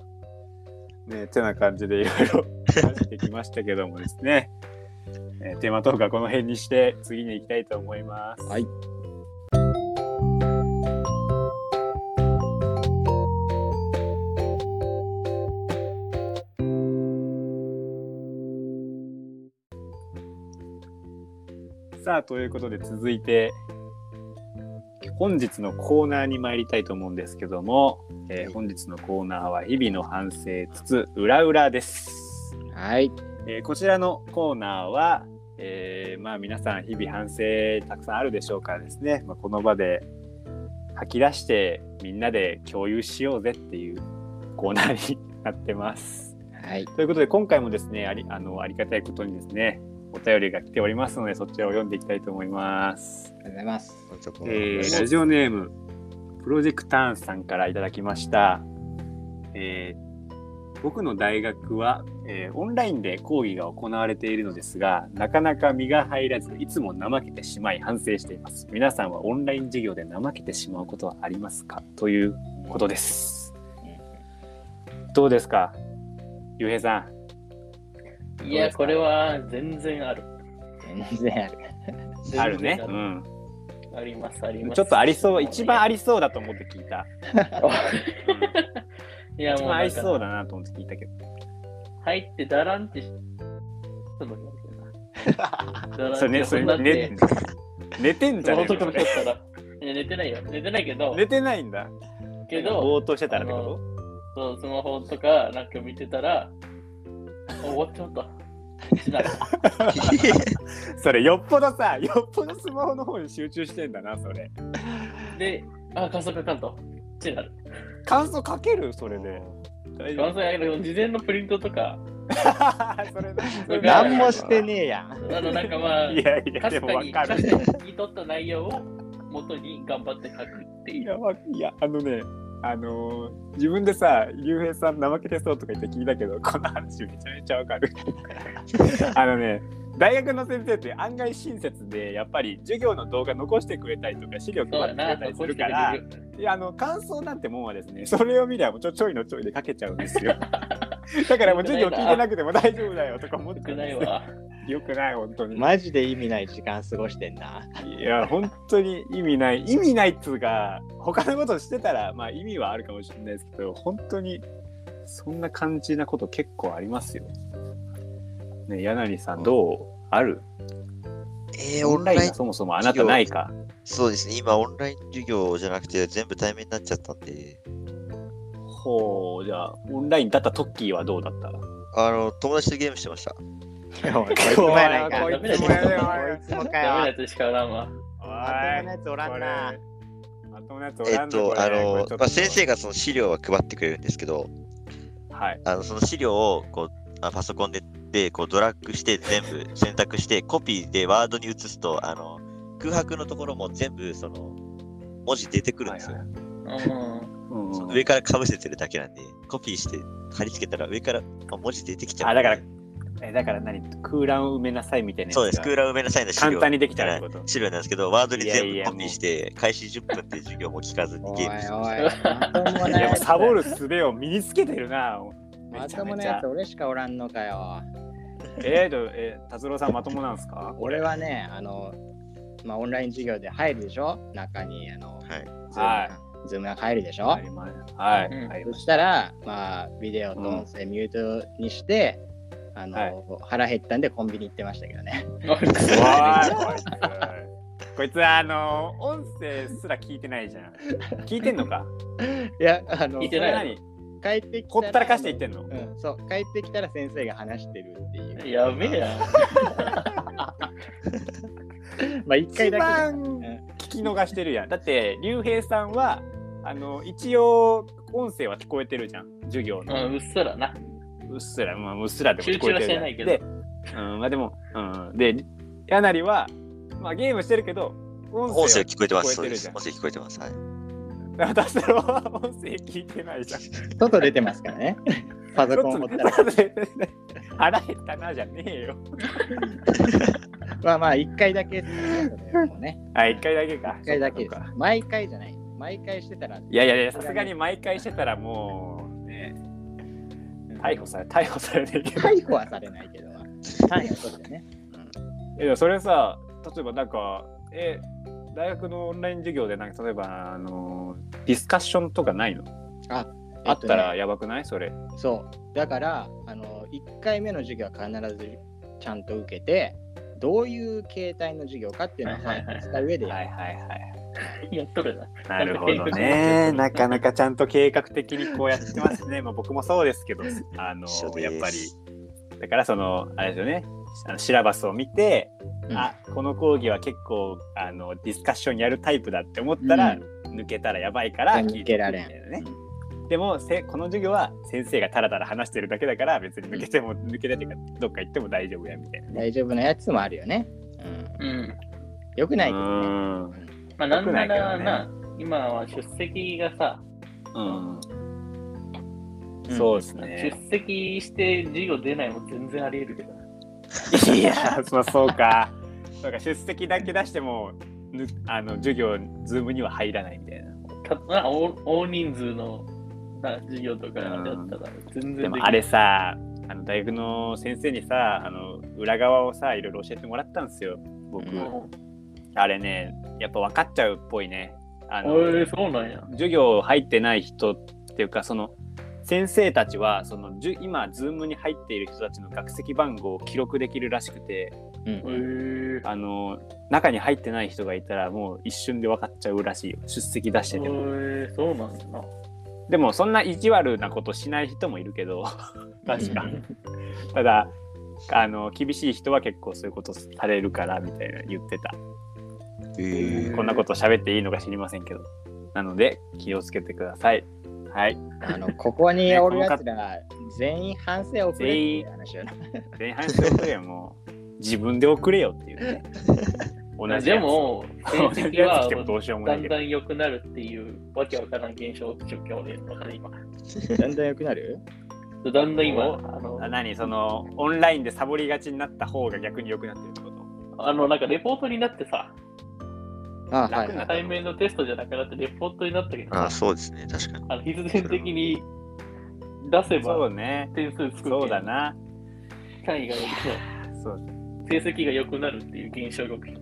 Speaker 1: ねてな感じでいろいろ話してきましたけどもですね。 <laughs> えーテーマトークはこの辺にして、次に行きたいと思います。
Speaker 2: はい。
Speaker 1: さあということで続いて本日のコーナーに参りたいと思うんですけども、えー本日のコーナーは日々の反省つつ裏裏です、
Speaker 2: はい。
Speaker 1: えーこちらのコーナーは、えーまあ皆さん日々反省たくさんあるでしょうからですね、まあ、この場で吐き出してみんなで共有しようぜっていうコーナーになってます
Speaker 2: はい。
Speaker 1: ということで今回もですねありあのありがたいことにですねお便りが来ておりますのでそちらを読んでいきたいと思います
Speaker 2: ありがとうございます。
Speaker 4: い。
Speaker 1: えーラジオネームプロジェクターンさんからいただきました、えー僕の大学は、えーオンラインで講義が行われているのですがなかなか身が入らずいつも怠けてしまい反省しています皆さんはオンライン授業で怠けてしまうことはありますかということです、どうですかゆうへいさん
Speaker 3: いや、これは全然ある。
Speaker 2: 全然ある。
Speaker 1: あるね、う
Speaker 3: 全然
Speaker 1: ん、
Speaker 3: あるあります、あります。
Speaker 1: ちょっとありそう一番あ
Speaker 3: り。
Speaker 1: りそうだと思って聞いた、うん
Speaker 3: いや、
Speaker 1: 一
Speaker 3: もう
Speaker 1: 番あ
Speaker 3: な
Speaker 1: り
Speaker 3: んか
Speaker 1: そうだなと思って聞いたけど
Speaker 3: 入ってだらんってしそのだらん
Speaker 1: <laughs> それね、それ
Speaker 3: んなって
Speaker 1: ね、寝てんじゃねえ
Speaker 3: そ
Speaker 1: の
Speaker 3: の時もちょっとだいや寝てないよ。寝てないけど、
Speaker 1: 寝てないんだ。
Speaker 3: け
Speaker 1: ぼ
Speaker 3: ど、
Speaker 1: ーっとしてたらってこ
Speaker 3: そうスマホとかなんか見てたら、あ終わっちゃった。しな
Speaker 1: とそれよっぽどさ、よっぽどスマホの方に集中してんだな、それ。
Speaker 3: で、あ、加速感と。しなる。
Speaker 1: 感想書けるそれで。大
Speaker 3: 感想やけど、事前のプリントとか、
Speaker 1: それで <laughs> それで
Speaker 2: <laughs> 何もしてねえやん。
Speaker 3: あの、なんかま
Speaker 1: <laughs>
Speaker 3: あ、
Speaker 1: いやいや、で
Speaker 3: 確
Speaker 1: も
Speaker 3: か
Speaker 1: わ
Speaker 3: に、
Speaker 1: か
Speaker 3: 確
Speaker 1: る。
Speaker 3: かに、取った内容を元に頑張って書くって
Speaker 1: い
Speaker 3: いう。
Speaker 1: や、わいやあのね、あのー自分でさ、竜兵さん怠けてそうとか言って聞いたけど、 <laughs> この話めちゃめちゃわかる。 <laughs> あのね、大学の先生って案外親切で、やっぱり授業の動画残してくれたりとか、資料
Speaker 3: そう
Speaker 1: 配
Speaker 3: だ
Speaker 1: ってくれた
Speaker 3: な、
Speaker 1: りす
Speaker 3: 残して
Speaker 1: る
Speaker 3: く
Speaker 1: か
Speaker 3: れ
Speaker 1: ら、
Speaker 3: る。
Speaker 1: いやあの感想なんてもんはですね、それを見りゃもうちょちょいのちょいで書けちゃうんですよ。 <laughs> だからもう授業聞いてなくても大丈夫だよとか思って
Speaker 3: 少ないわ。
Speaker 1: よくない、本当に。
Speaker 2: マジで意味ない時間過ごしてん <laughs> な。
Speaker 1: いや、本当に意味ない、意味ないっつうか、他のことしてたら、まあ意味はあるかもしれないですけど、本当にそんな感じなこと結構ありますよ。ね、柳さん、どう、ある
Speaker 4: <laughs> えー、
Speaker 1: オ
Speaker 4: オ
Speaker 1: ン
Speaker 4: ン
Speaker 1: ラ
Speaker 4: ラ
Speaker 1: イン
Speaker 4: イン
Speaker 1: が、そもそもあなたないか。
Speaker 4: そうですね、今オンライン授業じゃなくて全部対面になっちゃったんで、
Speaker 1: ほう、じゃあ、オンラインだったトッキーはどうだった
Speaker 4: あの、友達とゲームしてました。
Speaker 2: 今日
Speaker 1: こ
Speaker 3: こ
Speaker 2: こ
Speaker 1: い
Speaker 3: い
Speaker 1: つ
Speaker 3: つ
Speaker 1: も
Speaker 3: も
Speaker 1: や
Speaker 3: や
Speaker 1: だ
Speaker 3: だ
Speaker 1: よ
Speaker 3: よ、
Speaker 2: いつも
Speaker 3: ダ
Speaker 2: か
Speaker 3: メな
Speaker 2: <laughs> よ。
Speaker 3: やつしかおらんわ。
Speaker 2: 頭のやつおらんな。
Speaker 1: 頭のやつお
Speaker 4: え
Speaker 1: ら
Speaker 4: っ、
Speaker 1: んなことれ
Speaker 4: あ
Speaker 1: これ
Speaker 4: の
Speaker 1: ちょっ、と
Speaker 4: まあ、先生がその資料は配ってくれるんですけど、
Speaker 1: はい。
Speaker 4: あのその資料をこうあパソコンででこうドラッグして全部選択してコピーでワードに移すとあの空白のところも全部その文字出てくるんですよ。
Speaker 1: はい
Speaker 3: うん。
Speaker 1: うん
Speaker 4: その上からかぶせてるだけなんでコピーして貼り付けたら上からあ文字出てきちゃう。
Speaker 1: あだからえだから何空欄を埋めなさいみたいなやつが
Speaker 4: そうです。空欄埋めなさいの資料
Speaker 1: 簡単にできたらってこと
Speaker 4: 資料なんですけどワードに全
Speaker 1: いやい
Speaker 4: 部
Speaker 1: や
Speaker 4: コピーして開始10分って授業も聞かずに
Speaker 1: <laughs>
Speaker 2: おい
Speaker 4: ゲ
Speaker 2: おい
Speaker 4: ームして、
Speaker 2: まとも
Speaker 1: いやも
Speaker 2: なや
Speaker 1: う
Speaker 2: つ。
Speaker 1: サボる術を身につけてるな。
Speaker 2: ま
Speaker 1: めちゃ
Speaker 2: とも
Speaker 1: め
Speaker 2: な
Speaker 1: ち
Speaker 2: や
Speaker 1: ゃ
Speaker 2: つ。俺しかおらんのかよ。
Speaker 1: えー、と、えー達郎さんまともなんですか
Speaker 2: 俺。はね、あの、まあ、オンライン授業で入るでしょ中に、あの、
Speaker 4: はい
Speaker 2: ズームズームなんか入るでしょ
Speaker 1: ありますはい。
Speaker 3: うん
Speaker 1: ありま
Speaker 2: そ
Speaker 1: す
Speaker 2: したら、まあ、ビデオと音声ミュートにして、あの、
Speaker 1: はい
Speaker 2: 腹減ったんでコンビニ行ってましたけ
Speaker 1: <laughs>
Speaker 2: どね。
Speaker 1: うわーいこいつ。こいつあのー音声すら聞いてないじゃん。聞いてんのか。
Speaker 2: いや、あの、
Speaker 3: 聞い
Speaker 1: そ
Speaker 3: てな
Speaker 1: れ
Speaker 3: い
Speaker 1: 何？
Speaker 2: 帰ってきた
Speaker 1: ほったらかして言ってんの。
Speaker 2: うん、そう、帰ってきたら先生が話してるっていう。
Speaker 3: やべえや。
Speaker 2: まあ、一
Speaker 1: 一
Speaker 2: 回だけだ。
Speaker 1: 番聞き逃してるやん。だって竜兵さんはあの一応音声は聞こえてるじゃん。授業の。
Speaker 3: うん、うっすらな。
Speaker 1: うっすら、まあ、うっすらでも聞こえてるじゃん
Speaker 3: 集中はしてないけ
Speaker 1: で、うん、まあでも、うん、で、やなりは、まあゲームしてるけど、音
Speaker 4: 音
Speaker 1: 声
Speaker 4: 声聞こえてます。
Speaker 1: 聞
Speaker 4: そ
Speaker 1: こえてる
Speaker 4: うで
Speaker 1: じ
Speaker 4: す
Speaker 1: ゃん
Speaker 4: 音声聞こえてます。はい。
Speaker 1: は、私は音声聞いてないじゃん。
Speaker 2: 外出てますから
Speaker 1: <laughs>
Speaker 2: ね。パソコン持ったら。
Speaker 1: 腹減ったなじゃねえよ。
Speaker 2: まあまあ、一回だけ。もうね。
Speaker 1: <laughs> あ、一回だけか。
Speaker 2: 一回だけで
Speaker 1: そ
Speaker 2: す
Speaker 1: っかそっか。
Speaker 2: 毎回じゃない。毎回してたら。
Speaker 1: いやいやいや、さすがに毎回してたらもう、ね、逮捕され、逮捕されてるけど。
Speaker 2: 逮捕はされないけど、単位を取ってね。
Speaker 1: え、でもそれさ、例えばなんか、え、大学のオンライン授業で、なんか例えば、あの、ディスカッションとかないのあったらやばくないそれ。
Speaker 2: そう。だから、あの、1回目の授業は必ずちゃんと受けて、どういう形態の授業かっていうのを判断した上でや
Speaker 1: はい
Speaker 2: る。
Speaker 1: はい。
Speaker 3: やっとるな。
Speaker 1: なるほどね。なかなかちゃんと計画的にこうやってますね。まあ僕もそうですけど、あの
Speaker 4: 一緒で
Speaker 1: や
Speaker 4: す
Speaker 1: っぱりだからそのあれですよね。あのシラバスを見て、
Speaker 2: うん
Speaker 1: あこの講義は結構あのディスカッションやるタイプだって思ったら、
Speaker 2: うん
Speaker 1: 抜けたらやばいから
Speaker 2: 抜けられん
Speaker 1: 聞いてみたいなね。でもせこの授業は先生がたらたら話してるだけだから別に抜けても抜けたていうかどっか行っても大丈夫やみたいなね。
Speaker 2: 大丈夫なやつもあるよね。うん。
Speaker 3: うん。
Speaker 2: よくないけどね。
Speaker 1: ん
Speaker 3: まあ、な
Speaker 1: よ
Speaker 3: んな
Speaker 1: く
Speaker 3: ら
Speaker 1: ない
Speaker 3: な、今は出席がさ、
Speaker 1: うん
Speaker 2: うん
Speaker 1: そうです
Speaker 3: 出
Speaker 1: ね。
Speaker 3: 席して授業出ないも全然あり得るけど。
Speaker 1: いや、まあそうか。そうか出席だけ出してもぬあの授業ズームには入らないみたいな。
Speaker 3: たな大大人数のな授業とかだったら全然
Speaker 1: で
Speaker 3: き
Speaker 1: も
Speaker 3: ない
Speaker 1: あれさ、あの大学の先生にさ、あの裏側をさいろいろ教えてもらったんですよ。僕、
Speaker 3: うん
Speaker 1: あれね、やっぱ分かっちゃうっぽいね。あの
Speaker 3: おいそうなんや。
Speaker 1: 授業入ってない人っていうかその先生たちはそのじゅ今 Zoom に入っている人たちの学籍番号を記録できるらしくて
Speaker 2: うん
Speaker 3: へえ
Speaker 1: あの中に入ってない人がいたらもう一瞬で分かっちゃうらしいよ出席出してても
Speaker 3: おいそうなんやな。
Speaker 1: でもそんな意地悪なことしない人もいるけ
Speaker 3: <laughs>
Speaker 1: ど確かただあの厳しい人は結構そういうことされるからみたいな言ってた
Speaker 4: えー
Speaker 1: こんなこと喋っていいのか知りませんけどなので気をつけてくださいはい。
Speaker 2: あのここにおるやつら全員反省をくれっていう話よな。
Speaker 1: 前半してくれよ、もう。自分で送れよっていう
Speaker 3: <laughs>
Speaker 1: ね。同じやつ
Speaker 3: で、も、成
Speaker 1: <laughs> 同じ
Speaker 3: 績
Speaker 1: やつ
Speaker 3: は
Speaker 1: 来てもどうしようもな
Speaker 3: だ
Speaker 1: い
Speaker 3: ん
Speaker 1: け
Speaker 3: だ
Speaker 1: ど。
Speaker 3: ん良くなるっていうわけわからん現象をちょっと今日でわかる今。
Speaker 2: だんだん良くなる
Speaker 3: だんだん今、
Speaker 1: お
Speaker 3: あの
Speaker 1: あ何そのオンラインでサボりがちになった方が逆に良くなってるってこと
Speaker 3: あの、なんかレポートになってさ、
Speaker 2: <laughs> あはい
Speaker 1: 楽な
Speaker 3: 対面のテストじゃなくなってレポートになったけどさ、
Speaker 4: あそうですね、確かに。
Speaker 3: あの必然的に出せ
Speaker 1: そ
Speaker 3: ば
Speaker 1: うね。
Speaker 3: 点数つくけど
Speaker 1: そうだな。
Speaker 3: 単位が良く
Speaker 1: そう
Speaker 3: 成績が良くなるっていう現象が起きる。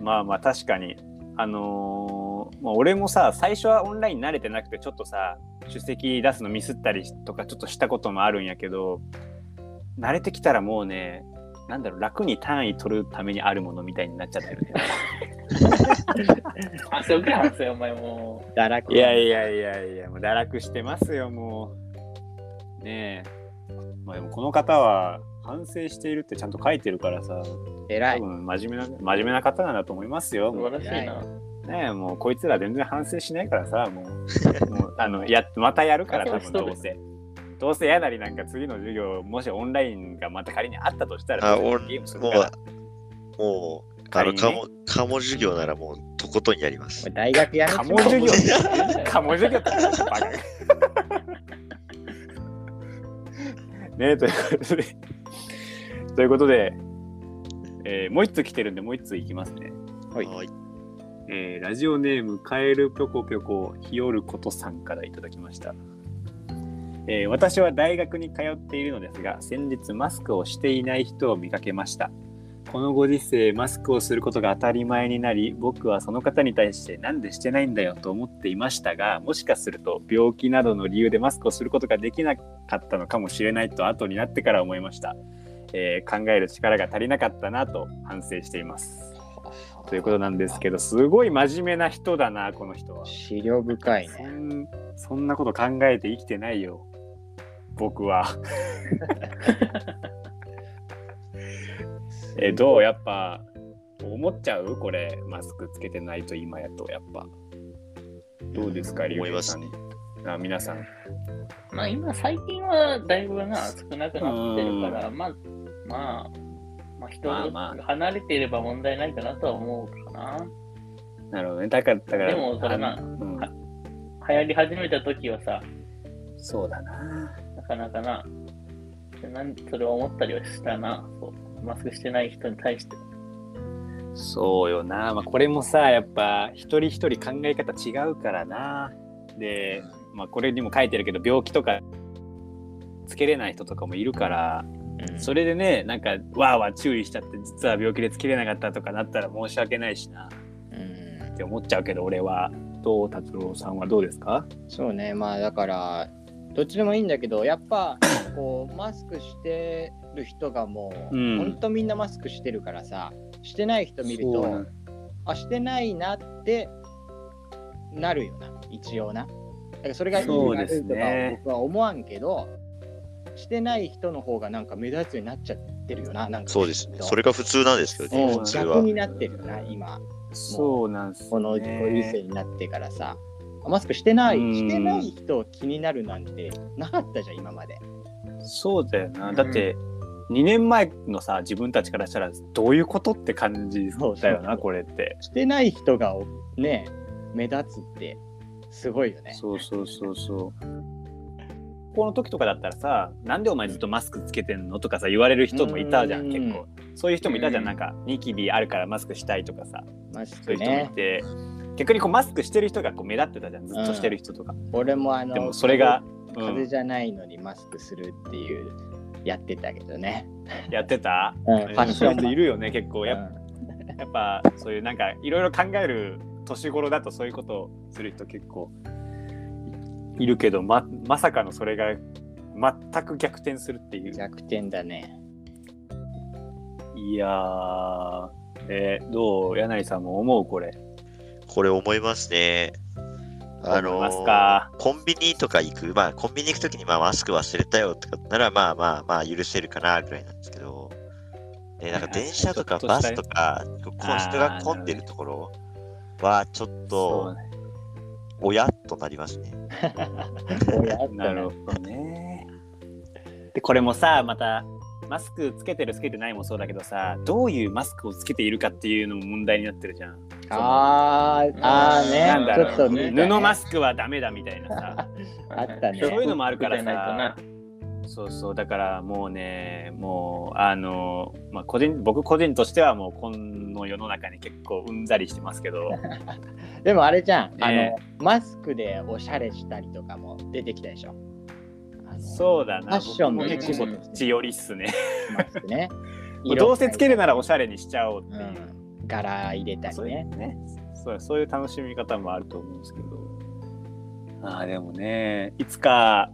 Speaker 1: まあまあ確かにあのーまあ、俺もさ最初はオンライン慣れてなくてちょっとさ出席出すのミスったりとかちょっとしたこともあるんやけど慣れてきたらもうねなんだろう楽に単位取るためにあるものみたいになっちゃってるね
Speaker 3: あ、そうか、そうやお前も
Speaker 2: 堕落
Speaker 1: いやいやいやいやもう堕落してますよもうねえ、まあ、でもこの方は反省しているってちゃんと書いてるからさ
Speaker 2: 偉
Speaker 1: 多
Speaker 2: い。
Speaker 1: 分真面目な真面目な方なんだと思いますよ
Speaker 3: う素晴らしい
Speaker 2: は
Speaker 3: な。
Speaker 1: ねえもうこいつら全然反省しないからさも <laughs> うもうあのやまたやるから多分どうせどうせやなりなんか次の授業もしオンラインがまた仮にあったとしたら
Speaker 4: あ、
Speaker 1: どうせ
Speaker 4: 俺
Speaker 1: ゲームする
Speaker 4: も
Speaker 1: から
Speaker 4: う、もう、あ
Speaker 1: 仮
Speaker 4: の、
Speaker 1: に
Speaker 4: か
Speaker 1: ね
Speaker 4: も、かも授業ならもう、とことんやります。
Speaker 2: 大学やめちま
Speaker 1: カ
Speaker 2: おう
Speaker 1: モ授業
Speaker 2: <laughs>
Speaker 3: ね
Speaker 1: カモ授業ってバカねえということでということで、えーもう一つ来てるんでもう一ついきますね、
Speaker 2: はい
Speaker 4: はい
Speaker 1: えーラジオネームカエルぴょこぴょこひよることさんからいただきましたえー私は大学に通っているのですが先日マスクをしていない人を見かけましたこのご時世マスクをすることが当たり前になり僕はその方に対してなんでしてないんだよと思っていましたがもしかすると病気などの理由でマスクをすることができなかったのかもしれないと後になってから思いました、えー考える力が足りなかったなと反省していますということなんですけどすごい真面目な人だなこの人は
Speaker 2: 資料深いね
Speaker 1: そ。んそんなこと考えて生きてないよ僕はえどうやっぱ思っちゃうこれマスクつけてないと今やとやっぱどうですか
Speaker 4: 思い
Speaker 1: 竜兵
Speaker 4: ま
Speaker 1: さ
Speaker 4: す
Speaker 1: ん
Speaker 4: ね。
Speaker 1: あ皆さん
Speaker 3: まあ今、最近はだいぶな、少なくなってるから、まあ、まあ、まあ、人
Speaker 1: まあま
Speaker 3: が離れていれば問題ないかなとは思うかな。
Speaker 1: なるほどねだからだから
Speaker 3: でもそれな
Speaker 1: あのうん
Speaker 3: は流行り始めた時はさ、
Speaker 1: そうだな
Speaker 3: なかなかな、なんそれは思ったりはしたな、そうマスクしてない人に対して。
Speaker 1: そうよな、まあ、これもさやっぱ一人一人考え方違うからなで、まあ、これにも書いてるけど病気とかつけれない人とかもいるからそ
Speaker 4: れ、
Speaker 1: れでねなんかわーわー注意しちゃって実は病気でつけれなかったとかなったら申し訳ないしな
Speaker 2: うん
Speaker 1: って思っちゃうけど俺はどう達郎さんはどうですか
Speaker 2: そうね、まあだから、どっちでもいいんだけど、やっぱこうマスクしてる人がもう、
Speaker 1: うん
Speaker 2: ほんとみんなマスクしてるからさ、してない人見ると、あ、してないなってなるよな、一応な。だからそれがいい
Speaker 1: そう
Speaker 2: 悪
Speaker 1: で
Speaker 2: い
Speaker 1: す
Speaker 2: とか
Speaker 1: ね
Speaker 2: 僕は思わんけど、してない人の方がなんか目立つようになっちゃってるよな、なんか
Speaker 4: そうですね。
Speaker 2: きっと
Speaker 4: それが普通なんですけどね、
Speaker 2: うん
Speaker 4: 普通
Speaker 2: 逆
Speaker 4: は。
Speaker 2: になってるよな、今。
Speaker 1: そうなんすね
Speaker 2: このご時世になってからさ、マスクしてない、
Speaker 1: うん
Speaker 2: してない人を気になるなんてなかったじゃん、今まで。
Speaker 1: そうだよ
Speaker 3: う
Speaker 1: なんだって2年前のさ自分たちからしたらどういうことって感じだよなこれって
Speaker 2: してない人がね、目立つってすごいよね。
Speaker 1: そうそうそうそう。この時とかだったらさ、なんでお前ずっとマスクつけてんのとかさ、言われる人もいたじゃ、
Speaker 2: うんん
Speaker 1: 結構。そういう人もいたじゃ
Speaker 3: うん
Speaker 1: ん、なんか、ニキビあるからマスクしたいとかさ、
Speaker 2: マス
Speaker 1: そう
Speaker 2: ク
Speaker 1: いう人もい
Speaker 2: ね。
Speaker 1: て、逆にこうマスクしてる人がこう目立ってたじゃん、ずっとしてる人とか。
Speaker 2: 俺もあの、
Speaker 1: でもそれが、
Speaker 2: 風
Speaker 1: う
Speaker 2: 邪
Speaker 1: ん
Speaker 2: じゃないのにマスクするっていう、やってたけどね。
Speaker 1: やってた
Speaker 2: うん
Speaker 1: うん
Speaker 2: ファッシ
Speaker 1: そう
Speaker 2: ョ
Speaker 1: い
Speaker 2: ン
Speaker 1: う
Speaker 2: も
Speaker 1: 人いるよね、結構。やっぱ
Speaker 2: うん
Speaker 1: やっぱそういうなんかいろいろ考える年頃だとそういうことをする人結構いるけどままさかのそれが全く逆転するっていう
Speaker 2: 逆転だね。
Speaker 1: いやー、えーどう柳井さんも思うこれ。
Speaker 4: これ思いますね。あ
Speaker 1: 思い
Speaker 4: の
Speaker 1: ますか
Speaker 4: コンビニとか行く、まあ、コンビニ行くときに、まあ、マスク忘れたよとかなら、まあまあまあ、許せるかなぐらいなんですけど、えなんか電車とか
Speaker 1: ちょっとし
Speaker 4: バ
Speaker 1: た
Speaker 4: ス
Speaker 1: ね
Speaker 4: とか、こう
Speaker 1: あー
Speaker 4: 人が混んでるところは、ちょっと、
Speaker 1: ね
Speaker 4: おやっとなりますね。
Speaker 1: <laughs> なるほどね。でこれもさまたマスクつけてるつけてないもそうだけどさどういうマスクをつけているかっていうのも問題になってるじゃん。
Speaker 2: あーあーね
Speaker 1: なんだろう
Speaker 2: ちょっと
Speaker 1: 布
Speaker 2: ね
Speaker 1: マスクはダメだみたいなさ
Speaker 2: あったね
Speaker 1: そういうのもあるからさ
Speaker 3: ないとな
Speaker 1: そうそうだからもうねもうあの、まあ、個人僕個人としてはもうこの世の中に結構うんざりしてます
Speaker 2: <laughs>
Speaker 1: けど
Speaker 2: でもあれじゃん、
Speaker 1: ね
Speaker 2: あのマスクでおしゃれしたりとかも出てきたでしょあの
Speaker 1: そうだ
Speaker 2: ファ
Speaker 1: な
Speaker 2: ッションも
Speaker 1: 僕も結構
Speaker 3: ね
Speaker 1: こっち寄りっすね
Speaker 2: マスク
Speaker 1: <laughs>
Speaker 2: ね
Speaker 1: もうどうせつけるならおしゃ
Speaker 2: れ、
Speaker 1: れにしちゃおうって
Speaker 2: う
Speaker 1: いう。
Speaker 2: ん、柄入れたり
Speaker 1: そういう
Speaker 2: ね
Speaker 1: ねそうそういう楽しみ方もあると思うんですけどああでもねいつか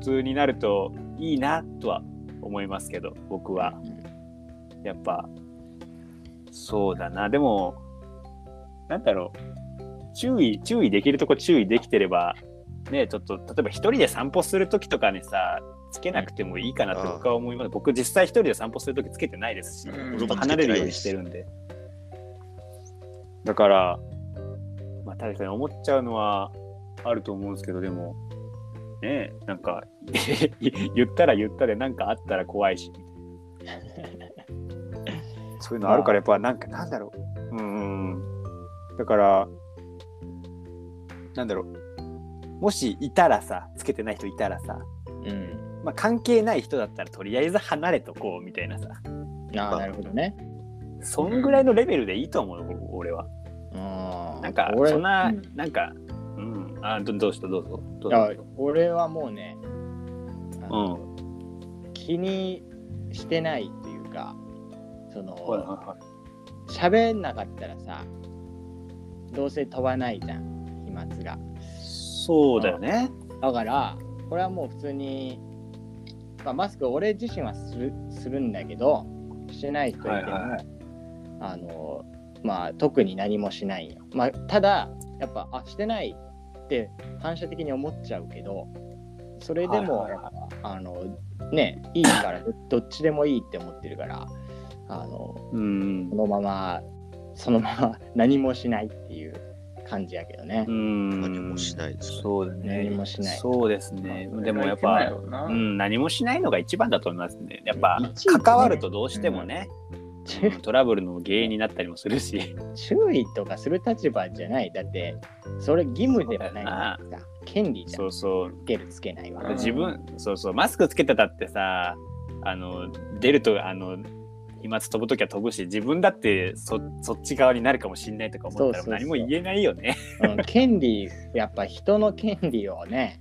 Speaker 1: 普通になるといいなとは思いますけど僕はやっぱそうだなでもなんだろう注意注意できるとこ注意できてればねちょっと例えば一人で散歩する時とかにさつけなくてもいいかなって僕は思います、僕実際一人で散歩する時つけてないですし、
Speaker 3: うん
Speaker 1: ずっと離れるようにしてるんでだからまあ確かに思っちゃうのはあると思うんですけどでもねえなんか <laughs> 言ったら言ったでなんかあったら怖いしみたいなそういうのあるからやっぱなんかなんだろううんうんだからなんだろうもしいたらさつけてない人いたらさ
Speaker 2: うん、
Speaker 1: まあ関係ない人だったらとりあえず離れとこうみたいなさ
Speaker 2: ああなるほどね
Speaker 1: そんぐらいのレベルでいいと思うよ俺は
Speaker 2: うん
Speaker 1: なんか
Speaker 2: 俺
Speaker 1: そんな
Speaker 3: うん
Speaker 1: なんかうんあどどうしたどうぞどう
Speaker 2: あ
Speaker 1: ぞ
Speaker 2: 俺はもうねあ
Speaker 1: うん
Speaker 2: の気にしてないっていうかその
Speaker 1: はいは
Speaker 2: 喋んなかったらさどうせ飛ばないじゃん飛沫が
Speaker 1: いそうだよね
Speaker 2: だからこれはもう普通に、まあ、マスク俺自身はするするんだけどしてない人いても、
Speaker 1: はいはいは
Speaker 2: あのまあ特に何もしないよ、まあ、ただやっぱあしてないって反射的に思っちゃうけどそれでも、
Speaker 1: はいはいは
Speaker 2: あのねいいから <laughs> どどっちでもいいって思ってるからあの
Speaker 1: うん
Speaker 2: このままそのまま何もしないっていう感じやけどね
Speaker 1: う、ん
Speaker 4: 何もしないですね
Speaker 1: そうだね
Speaker 2: 何もしない
Speaker 1: そうですねでもやっ
Speaker 3: ま
Speaker 1: ぱ
Speaker 3: あそれが一番やろうな
Speaker 1: うん、何もしないのが一番だと思いますね。やっぱ
Speaker 2: 一位
Speaker 1: 関わるとどうしてもね、
Speaker 2: 注
Speaker 1: うんトラブルの原因になったりもするし、
Speaker 2: 注意とかする立場じゃないだってそれ義務ではないからさ権利じゃ
Speaker 1: そ
Speaker 2: ん
Speaker 1: うそう、
Speaker 2: つけるつけないは
Speaker 3: うん
Speaker 1: 自分そうそうマスクつけてたってさあの出るとあの飛沫飛ぶ時は飛ぶし自分だってそそっち側になるかもしんないとか思ったら
Speaker 2: そうそう
Speaker 1: 何
Speaker 2: そう
Speaker 1: も言えないよね。
Speaker 2: うん権利やっぱ人の権利をね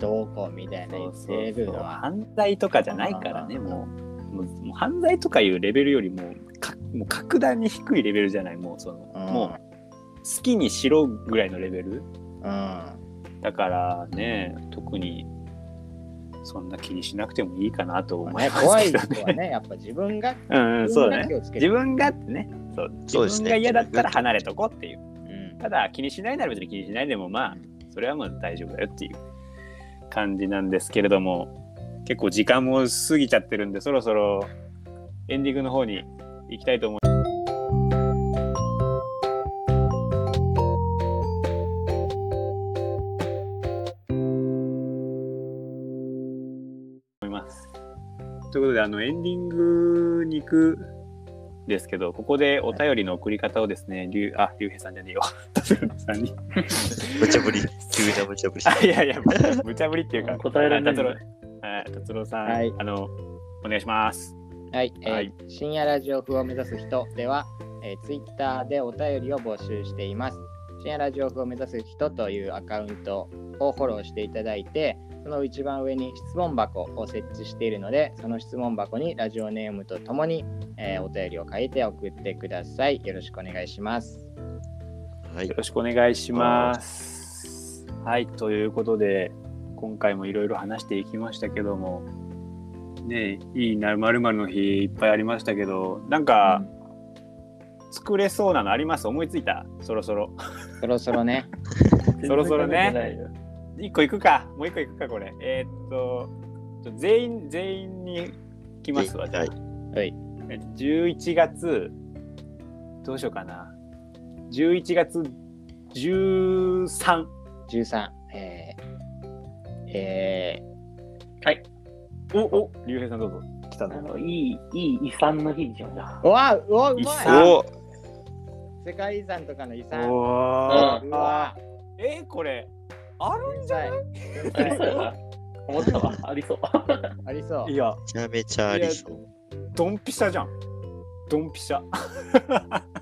Speaker 2: どうこうみたいな言ってるのは
Speaker 1: 犯罪とかじゃないからね
Speaker 3: うん
Speaker 1: もうもうもう犯罪とかいうレベルよりもかもう格段に低いレベルじゃないもうその、
Speaker 2: うん
Speaker 1: もう好きにしろぐらいのレベル
Speaker 2: うん
Speaker 1: だからね特にそんな気にしなくてもいいかなと思い
Speaker 2: まあね
Speaker 1: ます
Speaker 2: 怖い
Speaker 1: けど
Speaker 2: 人はねやっぱ自分が
Speaker 1: <laughs> うんうん、そうだね
Speaker 2: 自分が気をつ。ける
Speaker 1: 自分がってね、そう
Speaker 4: そう
Speaker 1: 自
Speaker 4: です
Speaker 1: 分
Speaker 4: ね
Speaker 1: が嫌だったら離れとこうっていう。
Speaker 2: うん
Speaker 1: ただ気にしないなら別に気にしないでもまあ、それはもう大丈夫だよっていう感じなんですけれども、結構時間も過ぎちゃってるんで、そろそろエンディングの方に行きたいと思います。ということであのエンディングに行くですけどここでお便りの送り方をですね、りゅうあ、りゅうへいさんじゃねえよ、たつのさんに。
Speaker 4: 無茶ぶり、急な無茶ぶ
Speaker 1: <laughs>
Speaker 4: り。
Speaker 1: あいやいや、無茶ぶりっていうか、
Speaker 3: 答えられないんだ
Speaker 1: はい達郎はい達郎さん、
Speaker 2: はい
Speaker 1: あの、お願いします。
Speaker 2: はい、えー
Speaker 1: はい
Speaker 2: 深夜ラジオ風を目指す人では、えー、ツイッターでお便りを募集しています。深夜ラジオ風を目指す人というアカウントをフォローしていただいて、その一番上に質問箱を設置しているので、その質問箱にラジオネームとともに、えーお便りを書いて送ってください。よろしくお願いします。
Speaker 4: はい
Speaker 1: よ、ろしくお願いします。はい、ということで、今回もいろいろ話していきましたけども、ねえ、いいなまるの日いっぱいありましたけど、なんか、作れそうなのあります思いついたそろそろ。 <laughs>
Speaker 2: そろそろね、
Speaker 1: そろそろね
Speaker 3: 全然考えてないよ
Speaker 1: 一個いくか、もう一個いくか、これ。えーっと、ちょ全員、全員に来ますわ。じゃあ
Speaker 4: はい
Speaker 2: はい、
Speaker 1: えっと11月、どうしようかな。11月13
Speaker 2: 13、えーえ
Speaker 1: おお竜兵さんどうぞ。来た
Speaker 3: あ
Speaker 1: ぞ。
Speaker 3: のいい、いい遺産の日にしまし
Speaker 1: <laughs>
Speaker 2: ー、う
Speaker 3: ょ
Speaker 2: わうわうま
Speaker 1: い
Speaker 2: い
Speaker 1: っそ
Speaker 2: あ
Speaker 1: お
Speaker 4: お
Speaker 2: 世界遺産とかの遺産。う
Speaker 1: お
Speaker 3: ー
Speaker 2: わ
Speaker 1: えー、これ、ある
Speaker 2: うざい。う
Speaker 3: う。ありそう
Speaker 2: ざ
Speaker 3: や
Speaker 2: い
Speaker 3: な。思ったわ。ありそう。 <laughs>
Speaker 2: ありそう
Speaker 1: い。や、
Speaker 4: めちゃめちゃありそう。
Speaker 1: ドンピシャじゃん。ドンピシャ。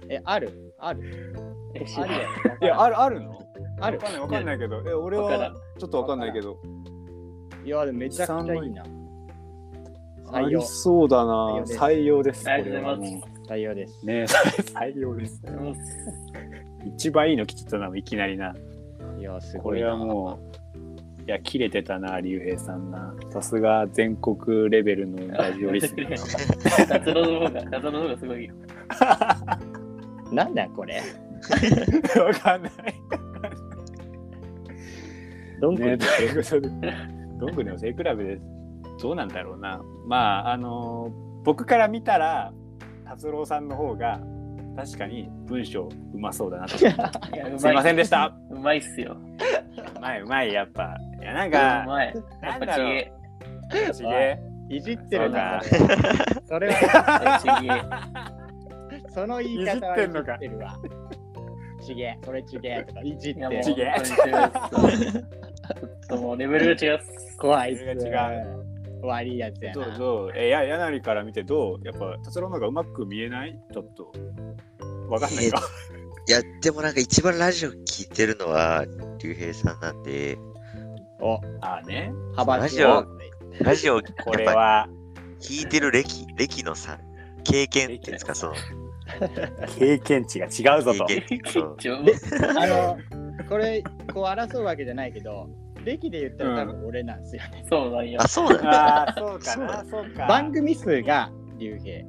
Speaker 2: え、あるある
Speaker 3: え、知
Speaker 2: あ
Speaker 3: ら
Speaker 2: る
Speaker 3: ん
Speaker 2: よ。
Speaker 1: いや、あるあるの
Speaker 2: ある
Speaker 1: わかんない、わかんないけど。え、俺
Speaker 3: わから
Speaker 1: は
Speaker 3: ん
Speaker 1: ちょっとわかんないけど。
Speaker 2: いや、でもめちゃくちゃいいな。
Speaker 1: あ
Speaker 2: 採
Speaker 1: り
Speaker 2: 用。
Speaker 1: そうだな。採
Speaker 2: 採
Speaker 1: 用です。
Speaker 3: ありがとうございます
Speaker 1: これはも
Speaker 2: 採用です
Speaker 1: う。ね採用です。一番いいの来てたな、いきなりな。
Speaker 2: いや、す
Speaker 1: こ
Speaker 2: ごい
Speaker 1: れ
Speaker 2: な。
Speaker 1: はもう、いや、切れてたな、竜兵さんな。さすが全国レベルのラジオリスナー。
Speaker 3: <laughs> 夏の方が、夏の方がすごい。
Speaker 2: なんだこれ。
Speaker 1: わかんない。
Speaker 2: どんぐ
Speaker 1: ね、
Speaker 2: り
Speaker 1: ということで、どんぐりの背比べです。どうなんだろうな。まあ、あのー僕から見たら、達郎さんの方が、確かに文章うまそうだなと。すい
Speaker 3: いやう
Speaker 1: ませんでし。た。
Speaker 3: うまいっすよ。
Speaker 1: うまい、うまい、やっぱ。いや、なん
Speaker 3: う
Speaker 1: か、
Speaker 3: まい。や
Speaker 1: な
Speaker 3: っ
Speaker 1: ん
Speaker 3: ぱ
Speaker 1: だ
Speaker 3: ち
Speaker 1: ろう
Speaker 3: げ
Speaker 1: ちげ
Speaker 2: いじってるな。
Speaker 1: そ
Speaker 2: それそれ
Speaker 1: <laughs>
Speaker 2: は、
Speaker 3: え。ちげえ。
Speaker 2: その言い方はいじってるわ。ちげえ、それちげえとか、いじっ
Speaker 3: いやもう
Speaker 2: て
Speaker 1: ち
Speaker 2: る。
Speaker 1: げえ
Speaker 3: 本当に違うっすちょっともうレベルが違うっす。
Speaker 2: 怖いっす。
Speaker 1: それが違
Speaker 2: 悪いやつや
Speaker 1: どう
Speaker 2: な。
Speaker 1: どうえ、や、やなりから見てどうやっぱ、達郎の方がうまく見えないちょっと。わかんないか。
Speaker 4: いや、でもなんか一番ラジオ聞いてるのは、竜兵さんなんで、
Speaker 2: お、
Speaker 1: ああね。
Speaker 2: 幅
Speaker 4: ラジ
Speaker 2: 広
Speaker 4: オ
Speaker 2: い。
Speaker 4: ラジオ、やっ
Speaker 1: これ
Speaker 4: ぱ
Speaker 1: は、
Speaker 4: 聞いてる歴、歴のさ、経験っていうんですか、その、
Speaker 1: 経験値が違うぞと。
Speaker 4: 経験、そう。
Speaker 3: ちょ
Speaker 2: あの、これ、こう争うわけじゃないけど、歴で言ったら多分俺なんですよね。
Speaker 3: そうなんや
Speaker 4: あ、。そうなんだ。
Speaker 1: ああ、そうかな、そうか。
Speaker 2: 番組数が竜兵。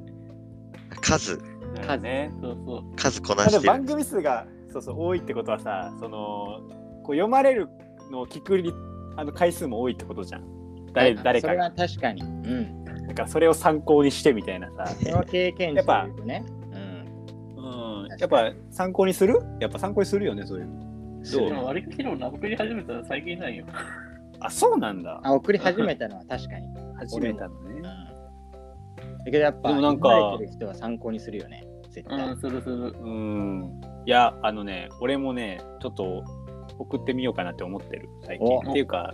Speaker 4: 数、
Speaker 1: なるほどね。
Speaker 3: そうそう。
Speaker 4: 数こ
Speaker 1: ま
Speaker 4: な
Speaker 1: あで
Speaker 4: し
Speaker 1: も
Speaker 4: てる
Speaker 1: 番。組数がそうそう多いってことはさそのこう読まれるのを聞くりあの回数も多いってことじゃん誰誰
Speaker 2: そ
Speaker 1: か
Speaker 2: れ
Speaker 1: が
Speaker 2: は確かに。うん。
Speaker 1: なんかそれを参考にしてみたいなさ、
Speaker 2: その経験値というかね。
Speaker 1: うん
Speaker 2: ん
Speaker 1: やっぱ参考にするやっぱ参考にするよねそういうのど
Speaker 3: でも
Speaker 1: う
Speaker 3: 割り切るもな、僕に始めたら最近なんよ。
Speaker 1: あそうなんだ
Speaker 2: あ、送り始めたのは確かに。うん。
Speaker 1: 初めたのね
Speaker 2: だけどやっぱ、
Speaker 1: でもなんか
Speaker 2: 慣れてる人は参考にするよね。絶
Speaker 3: う
Speaker 2: 対。
Speaker 3: ん、するする。
Speaker 1: うんいやあのね俺もねちょっと送ってみようかなって思ってる最近
Speaker 2: お
Speaker 1: っていうか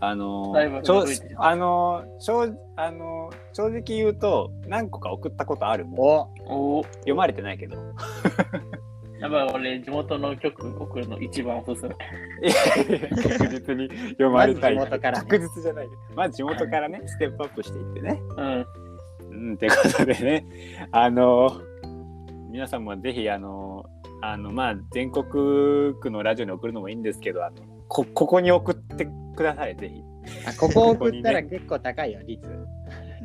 Speaker 1: あの
Speaker 3: だいぶ
Speaker 1: ちょ
Speaker 3: 動いてる
Speaker 1: あの正あの正直言うと何個か送ったことあるもん
Speaker 2: お
Speaker 3: おお。
Speaker 1: 読まれてないけど
Speaker 3: やっぱ俺、地元の曲送るの一番おすすめ。
Speaker 1: <laughs> 確実に読ま
Speaker 2: ま
Speaker 1: れ
Speaker 2: ず
Speaker 1: た
Speaker 2: 地
Speaker 1: い、
Speaker 2: 元から、
Speaker 1: 確
Speaker 2: ね。
Speaker 1: 実じゃないまあ地元からねステップアップしていってね
Speaker 3: うん。
Speaker 1: うんってことでねあの皆さんもぜひあのあのまあ全国区のラジオに送るのもいいんですけどあのこここに送ってくださいぜひ
Speaker 2: あここ送ったら結構高いよ、率。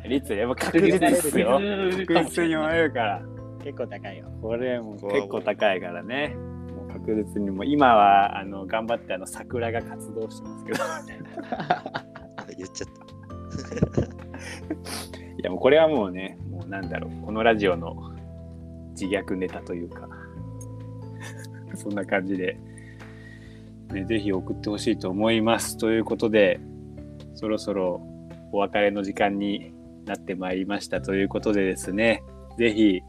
Speaker 1: 率やっぱ確実ですよ確実に読まれるから
Speaker 2: 結構高いよ。 <laughs>
Speaker 1: これもう結構高いからねもう確実にもう今はあの頑張ってあの桜が活動してますけど
Speaker 4: あ言っちゃっ
Speaker 1: いやもうこれはもうね、もうなんだろう、このラジオの自虐ネタというか、 <laughs> そんな感じで、ね、ぜひ送ってほしいと思います。ということで、そろそろお別れの時間になってまいりましたということでですね、ぜひ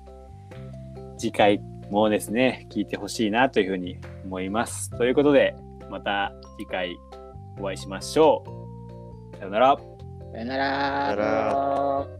Speaker 1: 次回もですね、聞いてほしいなというふうに思います。ということで、また次回お会いしましょう。さよなら。
Speaker 2: さよなら
Speaker 4: さよなら
Speaker 3: あー